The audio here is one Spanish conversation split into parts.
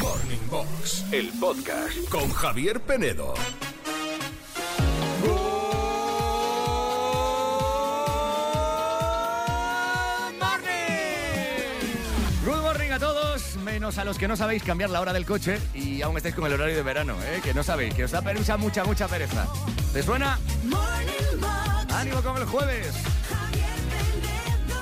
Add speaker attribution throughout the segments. Speaker 1: Morning Box, el podcast con Javier Penedo.
Speaker 2: Good morning a todos, menos a los que no sabéis cambiar la hora del coche y aún estáis con el horario de verano, ¿eh? que no sabéis, que os da pereza mucha, mucha pereza. ¿Te suena?
Speaker 3: Morning Box,
Speaker 2: ¡Ánimo con el jueves!
Speaker 3: Javier Penedo,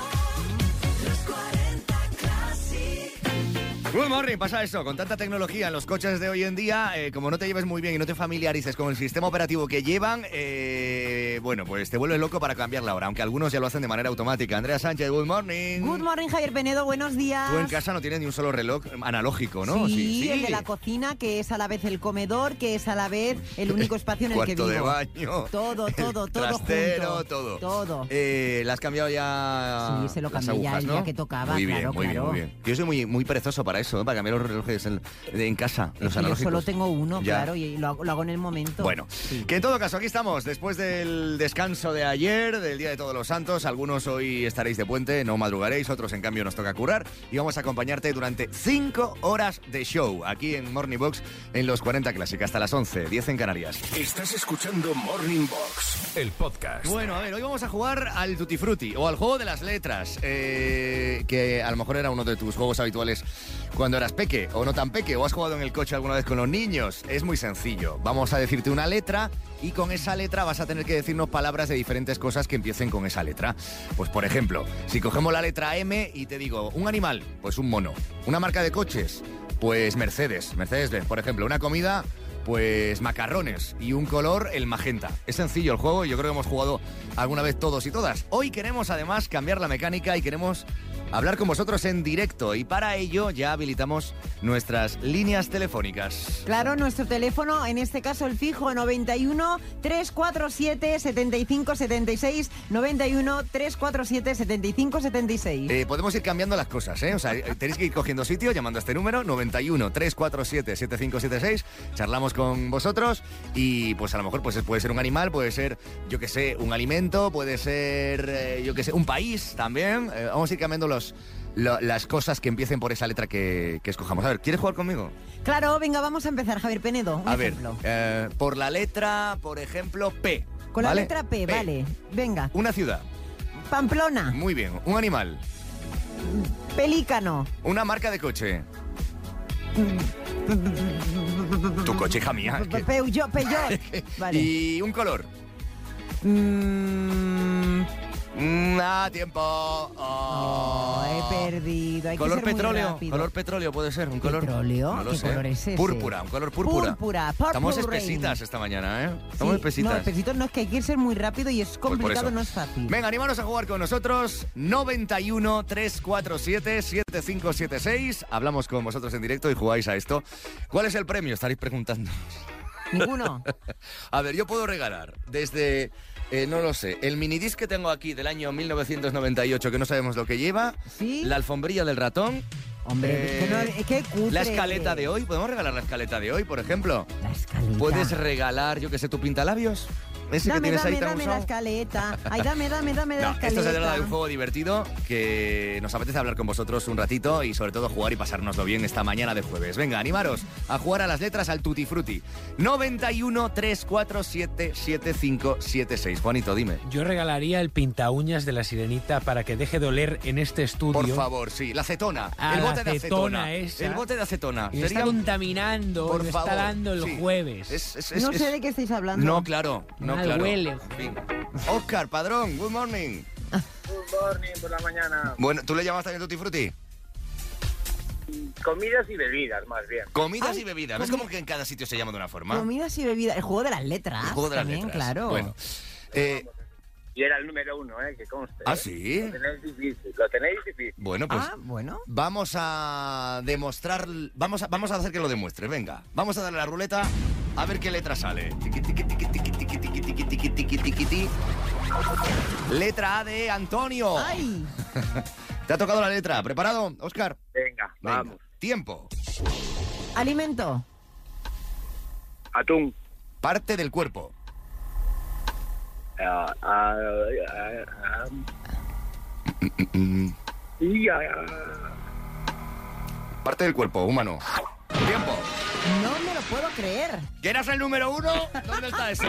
Speaker 3: los 40 Classic.
Speaker 2: Good morning, pasa eso, con tanta tecnología en los coches de hoy en día, eh, como no te lleves muy bien y no te familiarices con el sistema operativo que llevan, eh, bueno, pues te vuelves loco para cambiar la hora, aunque algunos ya lo hacen de manera automática. Andrea Sánchez, good morning.
Speaker 4: Good morning, Javier Penedo, buenos días.
Speaker 2: Tú en casa no tienes ni un solo reloj analógico, ¿no?
Speaker 4: Sí, el de la cocina, que es a la vez el comedor, que es a la vez el único espacio en el que
Speaker 2: Cuarto
Speaker 4: vivo.
Speaker 2: de baño.
Speaker 4: Todo,
Speaker 2: el
Speaker 4: todo, todo
Speaker 2: Trastero,
Speaker 4: junto.
Speaker 2: todo.
Speaker 4: Todo.
Speaker 2: Eh, ¿La has cambiado ya?
Speaker 4: Sí, se lo
Speaker 2: las
Speaker 4: cambié ya
Speaker 2: agujas,
Speaker 4: el
Speaker 2: ¿no?
Speaker 4: día que tocaba,
Speaker 2: Muy bien,
Speaker 4: claro,
Speaker 2: muy
Speaker 4: claro.
Speaker 2: bien, muy bien. Yo soy muy, muy perezoso para eso, ¿eh? para cambiar los relojes en, en casa,
Speaker 4: Es
Speaker 2: los
Speaker 4: que yo
Speaker 2: analógicos.
Speaker 4: solo tengo uno,
Speaker 2: Ya.
Speaker 4: claro, y lo hago, lo hago en el momento.
Speaker 2: Bueno, que en todo caso, aquí estamos, después del descanso de ayer, del Día de Todos los Santos, algunos hoy estaréis de puente, no madrugaréis, otros en cambio nos toca curar, y vamos a acompañarte durante 5 horas de show, aquí en Morning Box, en los 40 Clásica, hasta las 11, 10 en Canarias.
Speaker 1: Estás escuchando Morning Box, el podcast.
Speaker 2: Bueno, a ver, hoy vamos a jugar al Tutti Frutti o al juego de las letras, eh, que a lo mejor era uno de tus juegos habituales cuando eras peque o no tan peque, o has jugado en el coche alguna vez con los niños. Es muy sencillo. Vamos a decirte una letra y con esa letra vas a tener que decirnos palabras de diferentes cosas que empiecen con esa letra. Pues por ejemplo, si cogemos la letra M y te digo un animal, pues un mono. Una marca de coches, pues Mercedes, Mercedes-Benz, por ejemplo. Una comida, pues macarrones y un color el magenta. Es sencillo el juego y yo creo que hemos jugado alguna vez todos y todas. Hoy queremos además cambiar la mecánica y queremos hablar con vosotros en directo y para ello ya habilitamos nuestras líneas telefónicas.
Speaker 4: Claro, nuestro teléfono, en este caso el fijo 91 347 75 76 91 347 75 76.
Speaker 2: Eh, podemos ir cambiando las cosas, ¿eh? O sea, eh, tenéis que ir cogiendo sitio, llamando a este número, 91 347 7576. Charlamos con vosotros y, pues, a lo mejor pues, puede ser un animal, puede ser, yo que sé, un alimento, puede ser, eh, yo que sé, un país también. Eh, vamos a ir cambiando los, lo- las cosas que empiecen por esa letra que, que escojamos. A ver, ¿quieres jugar conmigo?
Speaker 4: Claro, venga, vamos a empezar, Javier Penedo. Un
Speaker 2: A
Speaker 4: ejemplo.
Speaker 2: ver, eh, por la letra, por ejemplo, P.
Speaker 4: Con la
Speaker 2: ¿vale? Eh.
Speaker 4: letra P, vale. Venga.
Speaker 2: Una ciudad,
Speaker 4: Pamplona,
Speaker 2: muy bien. Un animal,
Speaker 4: pelícano.
Speaker 2: una marca de coche. Tu coche, hija mía. que-
Speaker 4: Peugeot, Peugeot. Vale.
Speaker 2: Y un color.
Speaker 4: Mm,
Speaker 2: Mm, ah, tiempo.
Speaker 4: oh,
Speaker 2: Oh.
Speaker 4: he perdido. Hay que
Speaker 2: color
Speaker 4: ser muy
Speaker 2: petróleo.
Speaker 4: rápido.
Speaker 2: Color petróleo puede ser. Un color.
Speaker 4: ¿Petróleo?
Speaker 2: No lo
Speaker 4: ¿Qué
Speaker 2: sé.
Speaker 4: color es ese?
Speaker 2: Púrpura, un color púrpura.
Speaker 4: Púrpura, purple
Speaker 2: Estamos
Speaker 4: rain.
Speaker 2: espesitas esta mañana, ¿eh?
Speaker 4: Sí,
Speaker 2: Estamos espesitas.
Speaker 4: No, espesitos no, es que hay que ser muy rápido y es
Speaker 2: Pues por
Speaker 4: complicado,
Speaker 2: eso.
Speaker 4: no es fácil.
Speaker 2: Venga, animaros a jugar con nosotros. 91 347 7576. Hablamos con vosotros en directo y jugáis a esto. ¿Cuál es el premio? Estaréis preguntando.
Speaker 4: Ninguno.
Speaker 2: A ver, yo puedo regalar desde, eh, no lo sé, el minidisc que tengo aquí del año 1998, que no sabemos lo que lleva,
Speaker 4: ¿Sí?
Speaker 2: la alfombrilla del ratón,
Speaker 4: Hombre,
Speaker 2: Eh,
Speaker 4: que no, eh, qué cutre.
Speaker 2: la escaleta de hoy. ¿Podemos regalar la escaleta de hoy, por ejemplo?
Speaker 4: La escaleta.
Speaker 2: ¿Puedes regalar, yo que sé, tu pintalabios? Ese que
Speaker 4: Dame,
Speaker 2: tienes
Speaker 4: dame,
Speaker 2: ahí tan
Speaker 4: dame la
Speaker 2: usado.
Speaker 4: escaleta. Ay, dame, dame, dame la
Speaker 2: No,
Speaker 4: escaleta.
Speaker 2: esto se trata de un juego divertido que nos apetece hablar con vosotros un ratito y sobre todo jugar y pasárnoslo bien esta mañana de jueves. Venga, animaros a jugar a las letras al Tutti Frutti. 91 347 7576. Juanito, dime.
Speaker 5: Yo regalaría el pinta uñas de la sirenita para que deje de oler en este estudio.
Speaker 2: Por favor, sí, la acetona.
Speaker 5: Ah,
Speaker 2: el
Speaker 5: la
Speaker 2: bote de acetona.
Speaker 5: acetona esa.
Speaker 2: El bote de acetona.
Speaker 5: Y me está
Speaker 2: Sería un-
Speaker 5: contaminando,
Speaker 2: por
Speaker 5: me
Speaker 2: favor,
Speaker 5: está dando el
Speaker 2: sí.
Speaker 5: jueves.
Speaker 2: Es- es- es-
Speaker 4: No sé
Speaker 2: es-
Speaker 4: de qué estáis hablando.
Speaker 2: No, claro, no,
Speaker 5: Mal
Speaker 2: claro.
Speaker 5: huele.
Speaker 2: En fin. Oscar, padrón, good morning.
Speaker 6: Good morning por la mañana.
Speaker 2: Bueno, ¿tú le llamas también Tutti Frutti?
Speaker 6: Comidas y bebidas, más bien.
Speaker 2: Comidas
Speaker 4: Ay,
Speaker 2: y bebidas. ¿Ves
Speaker 4: comi-
Speaker 2: como que en cada sitio se llama de una forma?
Speaker 4: Comidas y bebidas. El juego de las letras.
Speaker 2: El juego de las
Speaker 4: ah, también,
Speaker 2: letras.
Speaker 4: claro.
Speaker 2: Bueno. eh,
Speaker 6: Y era el número uno, ¿eh? Que conste.
Speaker 2: ¿Ah,
Speaker 6: ¿eh?
Speaker 2: sí?
Speaker 6: Lo tenéis difícil, lo tenéis difícil.
Speaker 2: bueno, pues
Speaker 4: ah, bueno.
Speaker 2: vamos a demostrar. Vamos a, vamos a hacer que lo demuestre. Venga, vamos a darle a la ruleta a ver qué letra sale. Tiqui, tiqui, tiqui, tiqui, tiqui, tiqui, tiqui, tiqui, tiqui, tiqui, tiqui. Letra A de Antonio.
Speaker 4: Ay.
Speaker 2: Te ha tocado la letra. ¿Preparado, Oscar?
Speaker 6: Venga,
Speaker 2: Venga.
Speaker 6: vamos.
Speaker 2: Tiempo.
Speaker 4: Alimento.
Speaker 6: Atún.
Speaker 2: Parte del cuerpo.
Speaker 6: Ah, ah, ah, ah. Y, ah, ah.
Speaker 2: Mm, Parte del cuerpo, humano. Tiempo.
Speaker 4: No me lo puedo creer.
Speaker 2: ¿Que eras el número uno? ¿Dónde está eso?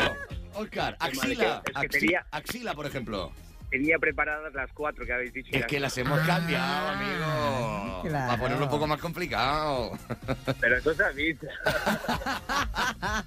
Speaker 2: Oscar,
Speaker 6: Qué mal,
Speaker 2: axila.
Speaker 6: es que- es que
Speaker 2: axi-
Speaker 6: tenía-
Speaker 2: axila, por ejemplo.
Speaker 6: Tenía preparadas las cuatro que habéis dicho.
Speaker 2: Es que las hemos cambiado, amigo.
Speaker 4: Ah, claro.
Speaker 2: Para ponerlo un poco más complicado.
Speaker 6: Pero eso sabéis.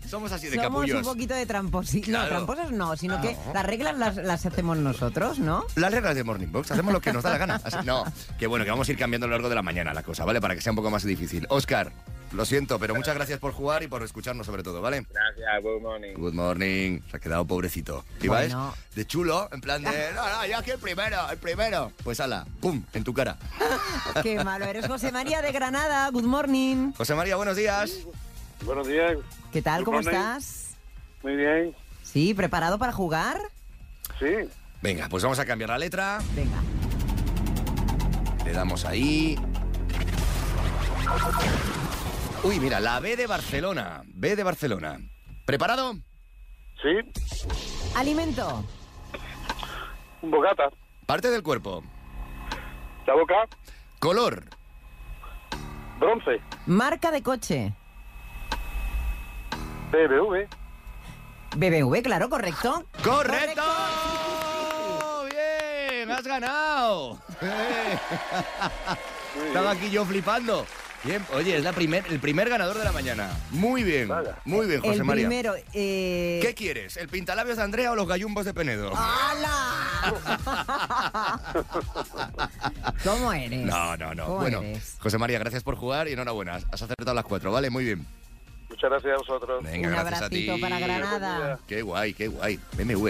Speaker 2: Somos así de
Speaker 4: Somos un
Speaker 2: capullos.
Speaker 4: poquito de tramposos.
Speaker 2: Claro.
Speaker 4: No, tramposos no, sino
Speaker 2: Ah,
Speaker 4: que
Speaker 2: no.
Speaker 4: las reglas las, las hacemos nosotros, ¿no?
Speaker 2: Las reglas de Morning Box, hacemos lo que nos da la gana. Así- no, que bueno, que vamos a ir cambiando a lo largo de la mañana la cosa, ¿vale? Para que sea un poco más difícil. Oscar, lo siento, pero muchas gracias por jugar y por escucharnos sobre todo, ¿vale?
Speaker 6: Gracias, good morning.
Speaker 2: Good morning. Se ha quedado pobrecito. ¿Y
Speaker 4: Bueno.
Speaker 2: ves? De chulo, en plan de... No, no, yo aquí el primero, el primero. Pues ala, pum, en tu cara.
Speaker 4: Qué malo eres, José María de Granada. Good morning.
Speaker 2: José María, buenos días.
Speaker 7: Buenos días,
Speaker 4: ¿Qué tal?
Speaker 7: Good
Speaker 4: ¿Cómo
Speaker 7: morning.
Speaker 4: estás?
Speaker 7: muy bien.
Speaker 4: Sí, ¿preparado para jugar?
Speaker 7: Sí,
Speaker 2: Venga, pues vamos a cambiar la letra.
Speaker 4: Venga.
Speaker 2: Le damos ahí. Uy, mira, la B de Barcelona. B de Barcelona. ¿Preparado?
Speaker 7: sí,
Speaker 4: Alimento.
Speaker 7: un bocata,
Speaker 2: Parte del cuerpo.
Speaker 7: la boca,
Speaker 2: Color.
Speaker 7: bronce,
Speaker 4: Marca de coche.
Speaker 7: BBV,
Speaker 4: BBV, claro, correcto.
Speaker 2: ¡Correcto! ¡Bien! ¡Has ganado! Estaba aquí yo flipando. Bien, oye, es la primer, el primer ganador de la mañana. Muy bien,
Speaker 7: Vaya.
Speaker 2: muy bien, José
Speaker 4: el
Speaker 2: María.
Speaker 4: primero. Eh...
Speaker 2: ¿Qué quieres? ¿El pintalabios de Andrea o los gallumbos de Penedo?
Speaker 4: Ah. ¡Hala! ¿Cómo eres?
Speaker 2: No, no, no.
Speaker 4: ¿Cómo
Speaker 2: Bueno,
Speaker 4: eres?
Speaker 2: José María, gracias por jugar y enhorabuena. Has acertado las cuatro, ¿vale? Muy bien.
Speaker 7: muchas gracias a vosotros.
Speaker 2: Venga,
Speaker 4: Un
Speaker 2: gracias a ti.
Speaker 4: abracito para Granada.
Speaker 2: Qué guay, qué guay. BMW.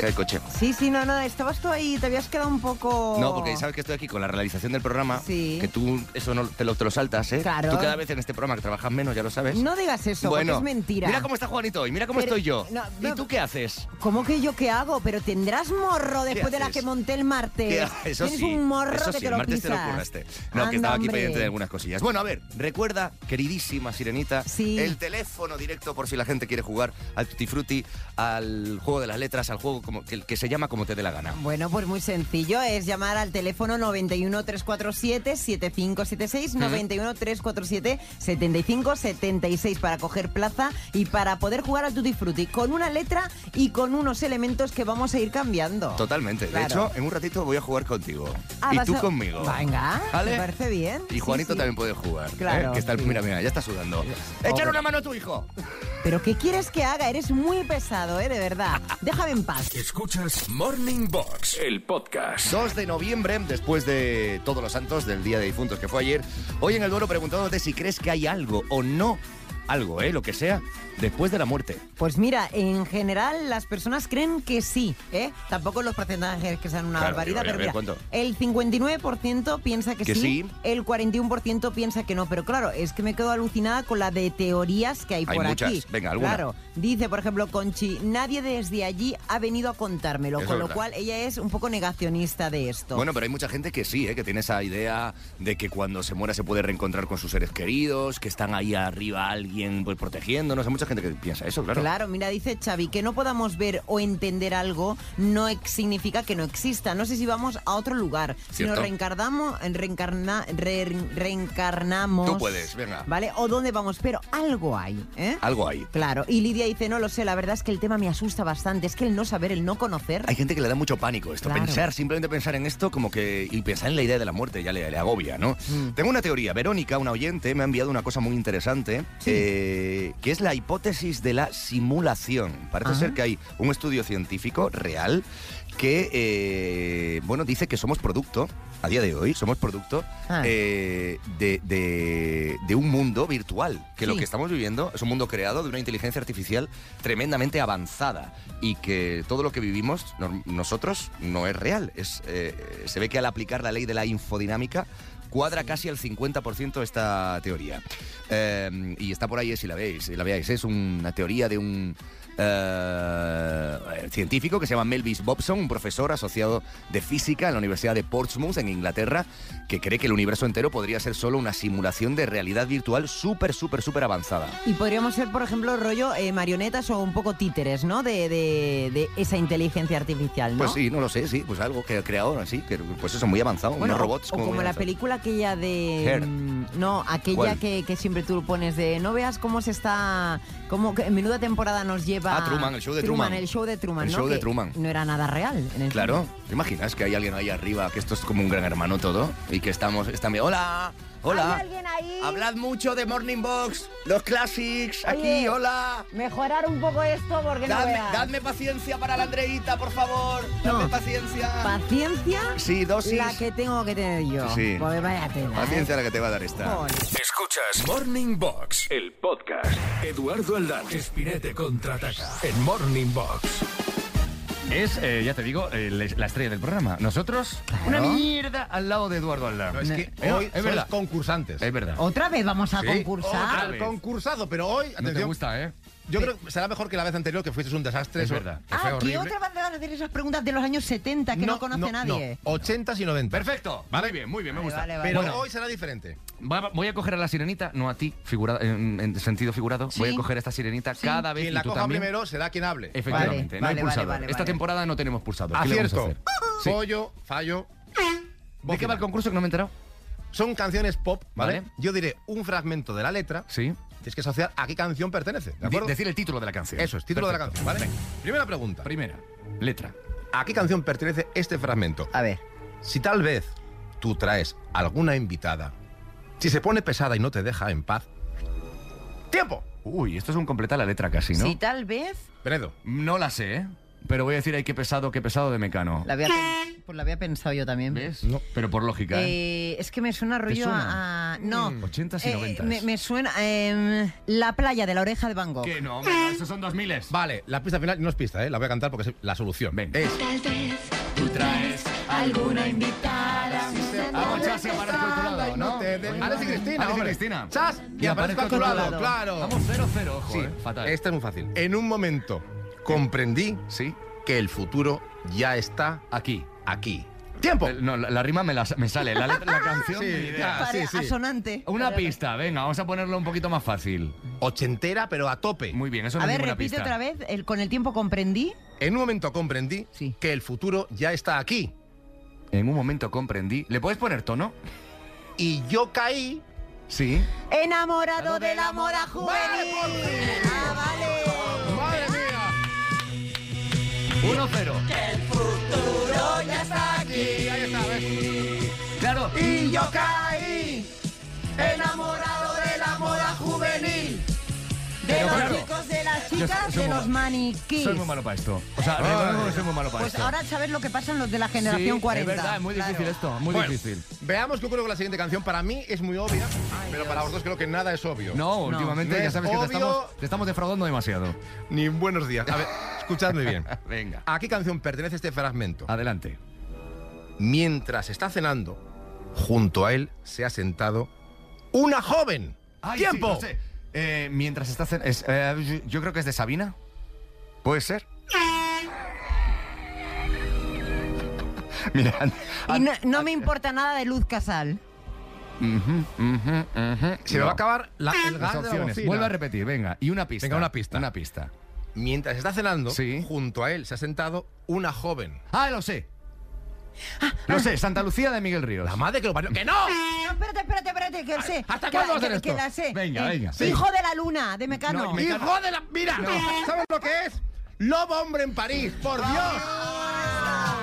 Speaker 2: Qué coche.
Speaker 4: Sí, sí, no, no, estabas tú ahí, te habías quedado un poco...
Speaker 2: No, porque sabes que estoy aquí con la realización del programa.
Speaker 4: Oh. Sí.
Speaker 2: Que tú eso no, te, lo, te lo saltas, ¿eh?
Speaker 4: Claro.
Speaker 2: Tú cada vez en este programa que trabajas menos, ya lo sabes.
Speaker 4: No digas eso,
Speaker 2: bueno,
Speaker 4: porque es mentira.
Speaker 2: Mira cómo está Juanito hoy, mira cómo
Speaker 4: Pero-
Speaker 2: estoy yo.
Speaker 4: no,
Speaker 2: ¿Y
Speaker 4: no.
Speaker 2: tú qué haces?
Speaker 4: ¿Cómo que yo qué hago? Pero tendrás morro después de la
Speaker 2: haces?
Speaker 4: que monté el martes.
Speaker 2: ¿Qué ha- Eso
Speaker 4: Tienes
Speaker 2: sí.
Speaker 4: un morro
Speaker 2: eso
Speaker 4: que
Speaker 2: sí,
Speaker 4: te
Speaker 2: el
Speaker 4: lo
Speaker 2: martes
Speaker 4: pisas.
Speaker 2: te lo curraste. No, que
Speaker 4: Anda,
Speaker 2: estaba aquí
Speaker 4: hombre.
Speaker 2: pendiente de algunas cosillas. Bueno, a ver, recuerda, queridísima Sirenita,
Speaker 4: Sí.
Speaker 2: el teléfono directo por si la gente quiere jugar al Tutti Frutti, al juego de las letras, al juego como, que, que se llama como te dé la gana.
Speaker 4: Bueno, pues muy sencillo, es llamar al teléfono 91 347 7576 91 347 7576 para coger plaza y para poder jugar al Tutti Frutti con una letra y con unos elementos que vamos a ir cambiando.
Speaker 2: Totalmente.
Speaker 4: Claro.
Speaker 2: De hecho, en un ratito voy a jugar contigo.
Speaker 4: Ah,
Speaker 2: y
Speaker 4: vas
Speaker 2: tú
Speaker 4: a-
Speaker 2: conmigo.
Speaker 4: Venga,
Speaker 2: ¿Vale?
Speaker 4: me parece bien.
Speaker 2: Y Juanito
Speaker 4: Sí, sí.
Speaker 2: también puede jugar. ¿eh?
Speaker 4: Claro,
Speaker 2: Que está, el-
Speaker 4: sí.
Speaker 2: Mira, mira, ya está sudando. ¡Échale una mano a tu hijo!
Speaker 4: Pero ¿qué quieres que haga? Eres muy pesado, ¿eh? De verdad. Déjame en paz.
Speaker 1: Escuchas Morning Box, el podcast.
Speaker 2: 2 de noviembre, después de Todos los Santos, del Día de Difuntos que fue ayer, hoy en el Duero preguntándote si crees que hay algo o no, algo, ¿eh? Lo que sea, después de la muerte.
Speaker 4: Pues mira, en general las personas creen que sí, ¿eh? Tampoco los porcentajes que sean una
Speaker 2: Claro, digo,
Speaker 4: barbaridad,
Speaker 2: a
Speaker 4: pero
Speaker 2: ver,
Speaker 4: mira,
Speaker 2: ¿cuánto?
Speaker 4: el 59% piensa que,
Speaker 2: Que sí.
Speaker 4: el 41% piensa que no, pero claro, es que me quedo alucinada con la de teorías que hay,
Speaker 2: Hay
Speaker 4: por
Speaker 2: muchas.
Speaker 4: aquí.
Speaker 2: Venga, alguna.
Speaker 4: Claro, dice, por ejemplo, Conchi, nadie desde allí ha venido a contármelo,
Speaker 2: Eso
Speaker 4: con
Speaker 2: es
Speaker 4: lo
Speaker 2: verdad.
Speaker 4: cual ella es un poco negacionista de esto.
Speaker 2: Bueno, pero hay mucha gente que sí, ¿eh? que tiene esa idea de que cuando se muera se puede reencontrar con sus seres queridos, que están ahí arriba alguien pues, protegiéndonos. Hay mucha gente que piensa eso, claro.
Speaker 4: Claro, mira, dice Xavi, que no podamos ver o entender algo no ex- significa que no exista. No sé si vamos a otro lugar. Si nos
Speaker 2: Cierto.
Speaker 4: reencarnamos, reencarna, re- reencarnamos...
Speaker 2: Tú puedes, venga. Ah.
Speaker 4: ¿Vale? O dónde vamos, pero algo hay, ¿eh?
Speaker 2: Algo hay.
Speaker 4: Claro, y Lidia dice, no lo sé, la verdad es que el tema me asusta bastante, es que el no saber, el no conocer...
Speaker 2: Hay gente que le da mucho pánico esto.
Speaker 4: Claro.
Speaker 2: Pensar, simplemente pensar en esto, como que. Y pensar en la idea de la muerte ya le, le agobia, ¿no?
Speaker 4: Mm.
Speaker 2: Tengo una teoría. Verónica, una oyente, me ha enviado una cosa muy interesante, eh, que es la hipótesis de la simulación. Parece
Speaker 4: Ajá.
Speaker 2: ser que hay un estudio científico real que, eh, bueno, dice que somos producto. A día de hoy somos producto
Speaker 4: Ah.
Speaker 2: eh, de, de- de un mundo virtual, que lo
Speaker 4: Sí.
Speaker 2: que estamos viviendo es un mundo creado de una inteligencia artificial tremendamente avanzada y que todo lo que vivimos nor- nosotros no es real. Es, eh, se ve que al aplicar la ley de la infodinámica cuadra casi al 50% esta teoría. Eh, y está por ahí eh, si la veis, si la veáis. Es una teoría de un eh, científico que se llama Melvis Bobson, un profesor asociado de física en la Universidad de Portsmouth en Inglaterra, que cree que el universo entero podría ser solo una simulación de realidad virtual súper, súper, súper avanzada.
Speaker 4: Y podríamos ser, por ejemplo, rollo eh, marionetas o un poco títeres, ¿no? De, de- de esa inteligencia artificial, ¿no?
Speaker 2: Pues sí, no lo sé, sí, pues algo que ha creado así, que pues eso, muy avanzado,
Speaker 4: Bueno,
Speaker 2: unos robots
Speaker 4: o, o
Speaker 2: muy
Speaker 4: como la
Speaker 2: avanzados.
Speaker 4: película aquella de.
Speaker 2: Her.
Speaker 4: mm, No, aquella
Speaker 2: ¿Cuál?
Speaker 4: que, que siempre tú pones de. No veas cómo se está. Cómo, que menuda temporada nos lleva.
Speaker 2: Ah, Truman, el show de Truman.
Speaker 4: el show de Truman,
Speaker 2: El
Speaker 4: ¿no?
Speaker 2: show de
Speaker 4: Que
Speaker 2: Truman.
Speaker 4: No era nada real. en el
Speaker 2: Claro, ¿te imaginas que hay alguien ahí arriba, que esto es como un gran hermano todo? Y que estamos, están hola, hola.
Speaker 8: ¿Hay alguien ahí?
Speaker 2: Hablad mucho de Morning Box, los classics, aquí,
Speaker 8: Oye,
Speaker 2: hola.
Speaker 8: Mejorar un poco esto porque no
Speaker 2: Dadme,
Speaker 8: veas.
Speaker 2: dadme paciencia para la Andreita, por favor. Dadme
Speaker 4: No.
Speaker 2: paciencia.
Speaker 4: Paciencia.
Speaker 2: sí, dosis.
Speaker 4: La que tengo que tener yo.
Speaker 2: Sí.
Speaker 4: Porque vaya tela,
Speaker 2: Paciencia
Speaker 4: ¿eh?
Speaker 2: la que te va a dar esta.
Speaker 4: Joder.
Speaker 1: Escuchas Morning Box, el podcast. Eduardo Aldán, Espinete contraataca en Morning Box.
Speaker 2: Es, eh, ya te digo, eh, la la estrella del programa. Nosotros, una mierda al lado de Eduardo Aldán.
Speaker 9: No, es que
Speaker 2: Eh,
Speaker 9: hoy
Speaker 2: es
Speaker 9: sois
Speaker 2: verdad.
Speaker 9: concursantes.
Speaker 2: Es verdad.
Speaker 4: Otra vez vamos a
Speaker 9: Sí.
Speaker 4: concursar.
Speaker 2: Otra vez.
Speaker 9: Concursado, pero hoy.
Speaker 2: No te
Speaker 9: atención,
Speaker 2: gusta, ¿eh?
Speaker 9: Yo creo que será mejor que la vez anterior que fuiste un desastre.
Speaker 2: Es
Speaker 9: eso-
Speaker 2: verdad.
Speaker 9: que fue
Speaker 4: Ah, que
Speaker 9: horrible.
Speaker 4: otra vez te van a hacer esas preguntas de los años 70 que no, conoce nadie.
Speaker 9: no, 80 y 90.
Speaker 2: Perfecto. Muy bien, muy bien, me
Speaker 4: Vale,
Speaker 2: gusta.
Speaker 4: vale, vale.
Speaker 9: Pero
Speaker 4: Bueno.
Speaker 9: hoy será diferente.
Speaker 2: Va- voy a coger a la sirenita, no a ti, figurado, en, en sentido figurado.
Speaker 4: Sí.
Speaker 2: Voy a coger a esta sirenita cada vez
Speaker 9: Quien
Speaker 2: y
Speaker 9: la
Speaker 2: tú
Speaker 9: coja
Speaker 2: también.
Speaker 9: primero será quien hable.
Speaker 2: Efectivamente,
Speaker 4: Vale,
Speaker 2: no hay
Speaker 4: vale,
Speaker 2: pulsador.
Speaker 4: vale, vale,
Speaker 2: Esta
Speaker 4: vale.
Speaker 2: temporada no tenemos pulsador. ¿Qué le vamos a
Speaker 9: Acierto.
Speaker 2: hacer? Sí.
Speaker 9: Pollo, fallo.
Speaker 2: ¿De qué va el concurso que no me he enterado?
Speaker 9: Son canciones pop, ¿vale?
Speaker 2: Vale.
Speaker 9: Yo diré un fragmento de la letra.
Speaker 2: Sí.
Speaker 9: Tienes que asociar a qué canción pertenece. ¿De
Speaker 2: Di-
Speaker 9: acuerdo?
Speaker 2: Decir el título de la canción.
Speaker 9: Eso es, título
Speaker 2: Perfecto.
Speaker 9: de la canción, ¿vale? Primera pregunta.
Speaker 2: Primera, letra.
Speaker 9: ¿A qué canción pertenece este fragmento?
Speaker 4: A ver.
Speaker 9: Si tal vez tú traes alguna invitada, si se pone pesada y no te deja en paz. ¡Tiempo!
Speaker 2: Uy, esto es un completar la letra casi, ¿no?
Speaker 4: Si tal vez
Speaker 9: Venedo.
Speaker 2: No la sé, ¿eh? Pero voy a decir, ay, qué pesado, qué pesado de Mecano.
Speaker 4: La había, pen- pues la había pensado yo también.
Speaker 2: ¿Ves? Pero por lógica, ¿eh?
Speaker 4: Eh, es que me suena rollo
Speaker 2: suena?
Speaker 4: a, a- No. Eh,
Speaker 2: Mm. 80s y 90s.
Speaker 4: me, me suena. em, la playa de la oreja de Van Gogh.
Speaker 2: Que no, hombre, no, esos son dos miles.
Speaker 9: Vale, la pista final no es pista, ¿eh? La voy a cantar porque es la solución.
Speaker 2: Venga.
Speaker 9: Es.
Speaker 8: Tal vez
Speaker 2: Tú traes alguna invitada. Hago chas y aparezco al tu lado, ¿no?
Speaker 9: Te de- Alex y Cristina,
Speaker 2: Alex y
Speaker 9: hombre.
Speaker 2: Cristina.
Speaker 9: Chas y, aparezco a tu lado, claro.
Speaker 2: Vamos 0-0, ojo,
Speaker 9: Sí,
Speaker 2: eh, fatal.
Speaker 9: Esta es muy fácil. En un momento comprendí
Speaker 2: Sí,
Speaker 9: que el futuro ya está
Speaker 2: aquí.
Speaker 9: aquí. ¡Tiempo!
Speaker 2: Eh, No, la, la rima me, la, me sale, la, letra- la canción.
Speaker 9: Sí,
Speaker 2: ni idea.
Speaker 9: ya.
Speaker 4: Para-
Speaker 9: sí, sí.
Speaker 4: Asonante.
Speaker 2: ah, Una pista, venga, vamos a ponerlo un poquito más fácil.
Speaker 9: Ochentera, pero a tope.
Speaker 2: Muy bien, eso no
Speaker 4: A
Speaker 2: es
Speaker 4: ver,
Speaker 2: ninguna
Speaker 4: repite
Speaker 2: pista.
Speaker 4: otra vez. El, con el tiempo comprendí.
Speaker 9: En un momento comprendí
Speaker 4: Sí.
Speaker 9: que el futuro ya está aquí.
Speaker 2: En un momento comprendí. ¿Le puedes poner tono?
Speaker 9: Y yo caí.
Speaker 2: Sí.
Speaker 4: Enamorado de la mora juvenil. Ah, vale.
Speaker 9: ¡Madre mía!
Speaker 2: 1-0.
Speaker 9: Y ahí está, ¿ves?
Speaker 2: Claro.
Speaker 9: Y yo caí. Enamorado de la moda juvenil.
Speaker 4: De
Speaker 2: Pero
Speaker 4: los
Speaker 2: claro.
Speaker 4: chicos, de las
Speaker 2: Yo soy-
Speaker 4: chicas,
Speaker 2: soy muy
Speaker 4: de los
Speaker 2: malo.
Speaker 4: maniquís.
Speaker 2: Soy muy malo para esto. O sea, reconozco que soy muy malo para
Speaker 4: Pues
Speaker 2: esto.
Speaker 4: ahora sabes lo que pasan los de la generación
Speaker 2: Sí,
Speaker 4: 40.
Speaker 2: Es verdad, es muy
Speaker 4: Claro.
Speaker 2: difícil esto, muy
Speaker 9: Bueno,
Speaker 2: difícil.
Speaker 9: Veamos qué ocurre con la siguiente canción. Para mí es muy obvia, pero para vosotros creo que nada es obvio.
Speaker 2: No, últimamente
Speaker 9: No
Speaker 2: ya
Speaker 9: es
Speaker 2: sabes que te
Speaker 9: obvio.
Speaker 2: estamos, te estamos defraudando demasiado.
Speaker 9: Ni un buenos días. A ver, escuchadme bien.
Speaker 2: Venga.
Speaker 9: ¿A qué canción pertenece este fragmento?
Speaker 2: Adelante.
Speaker 9: Mientras está cenando, junto a él se ha sentado una joven.
Speaker 2: Ay, sí,
Speaker 9: ¡Tiempo!
Speaker 2: lo sé. Eh, mientras está cen- es, eh, yo creo que es de Sabina. ¿Puede ser? Mira. an-
Speaker 4: Y
Speaker 2: an-
Speaker 4: no, no me importa nada de Luz Casal.
Speaker 2: Ujú, ujú, ujú.
Speaker 9: Se
Speaker 2: No. Ah.
Speaker 9: me va a acabar la, el gas
Speaker 2: Las
Speaker 9: de la
Speaker 2: opciones.
Speaker 9: bocina.
Speaker 2: Vuelve a repetir, venga. Y una pista.
Speaker 9: Venga, una pista.
Speaker 2: Una pista.
Speaker 9: Mientras está cenando,
Speaker 2: Sí.
Speaker 9: junto a él se ha sentado una joven.
Speaker 2: Ah, lo sé. Lo sé, Santa Lucía de Miguel Ríos.
Speaker 9: La madre que lo parió. ¡Que no!
Speaker 2: Ah.
Speaker 4: No, Ah, espérate, espérate, espérate, que sé.
Speaker 9: ¿hasta
Speaker 4: que, la-
Speaker 9: cuándo va a
Speaker 4: que,
Speaker 9: hacer
Speaker 4: que
Speaker 9: esto?
Speaker 4: la sé.
Speaker 2: Venga, venga, sí.
Speaker 4: Hijo de la luna, de Mecano.
Speaker 2: No, me-
Speaker 9: ¡Hijo de la. ¡Mira! ¿Sabes lo que es? ¡Lobo hombre en París! ¡Por
Speaker 1: Ah.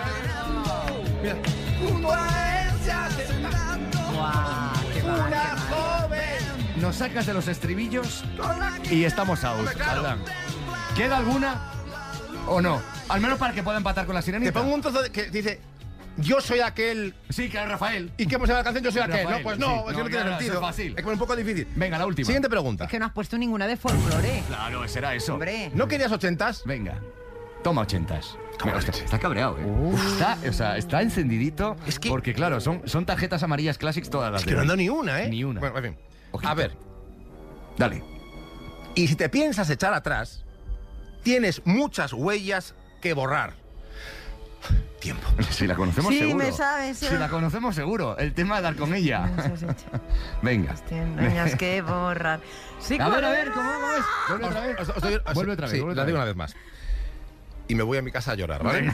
Speaker 9: Dios! Mira. Junto a él se ha sentado
Speaker 4: Guau, qué va, qué
Speaker 9: una
Speaker 4: va.
Speaker 9: joven.
Speaker 2: Nos sacas de los estribillos y estamos out. Aldán. ¿Queda alguna o no? Al menos para que pueda empatar con la
Speaker 9: Te
Speaker 2: sirenita.
Speaker 9: pongo un trozo de- que dice: Yo soy aquel.
Speaker 2: Sí, claro, Rafael.
Speaker 9: ¿Y qué hemos llamado la canción? Yo soy aquel.
Speaker 2: Rafael,
Speaker 9: No, pues
Speaker 2: sí.
Speaker 9: no, es que
Speaker 2: No,
Speaker 9: no tiene
Speaker 2: claro, eso
Speaker 9: sentido.
Speaker 2: es fácil.
Speaker 9: que es un poco difícil.
Speaker 2: Venga, la última.
Speaker 9: Siguiente pregunta.
Speaker 4: Es que no has puesto ninguna de folclore.
Speaker 2: Claro, será eso.
Speaker 4: Hombre.
Speaker 9: ¿No querías ochentas?
Speaker 2: Venga. Toma ochentas. Mira, hostia, está cabreado, ¿eh? Está, o sea, está encendidito.
Speaker 9: Es que-
Speaker 2: Porque, claro, son, son tarjetas amarillas clásicas todas las
Speaker 9: Es que no
Speaker 2: de
Speaker 9: ando
Speaker 2: hoy.
Speaker 9: ni una, ¿eh?
Speaker 2: Ni una.
Speaker 9: Bueno, en fin.
Speaker 2: Ojito.
Speaker 9: A ver,
Speaker 2: Dale.
Speaker 9: y si te piensas echar atrás, tienes muchas huellas que borrar. Tiempo.
Speaker 2: Si la conocemos
Speaker 4: Sí,
Speaker 2: seguro.
Speaker 4: me sabes,
Speaker 2: Si
Speaker 4: eh.
Speaker 2: la conocemos seguro. El tema de dar con ella. Venga.
Speaker 4: Tenías que borrar. Sí,
Speaker 2: A ver, a
Speaker 4: claro.
Speaker 2: ver, ¿cómo cómo es? Vuelve otra vez.
Speaker 9: Os- os- os doy- os-
Speaker 2: Vuelve otra vez.
Speaker 9: Sí,
Speaker 2: vuelve
Speaker 9: la
Speaker 2: otra
Speaker 9: digo una vez más. Y me voy a mi casa a llorar, ¿vale?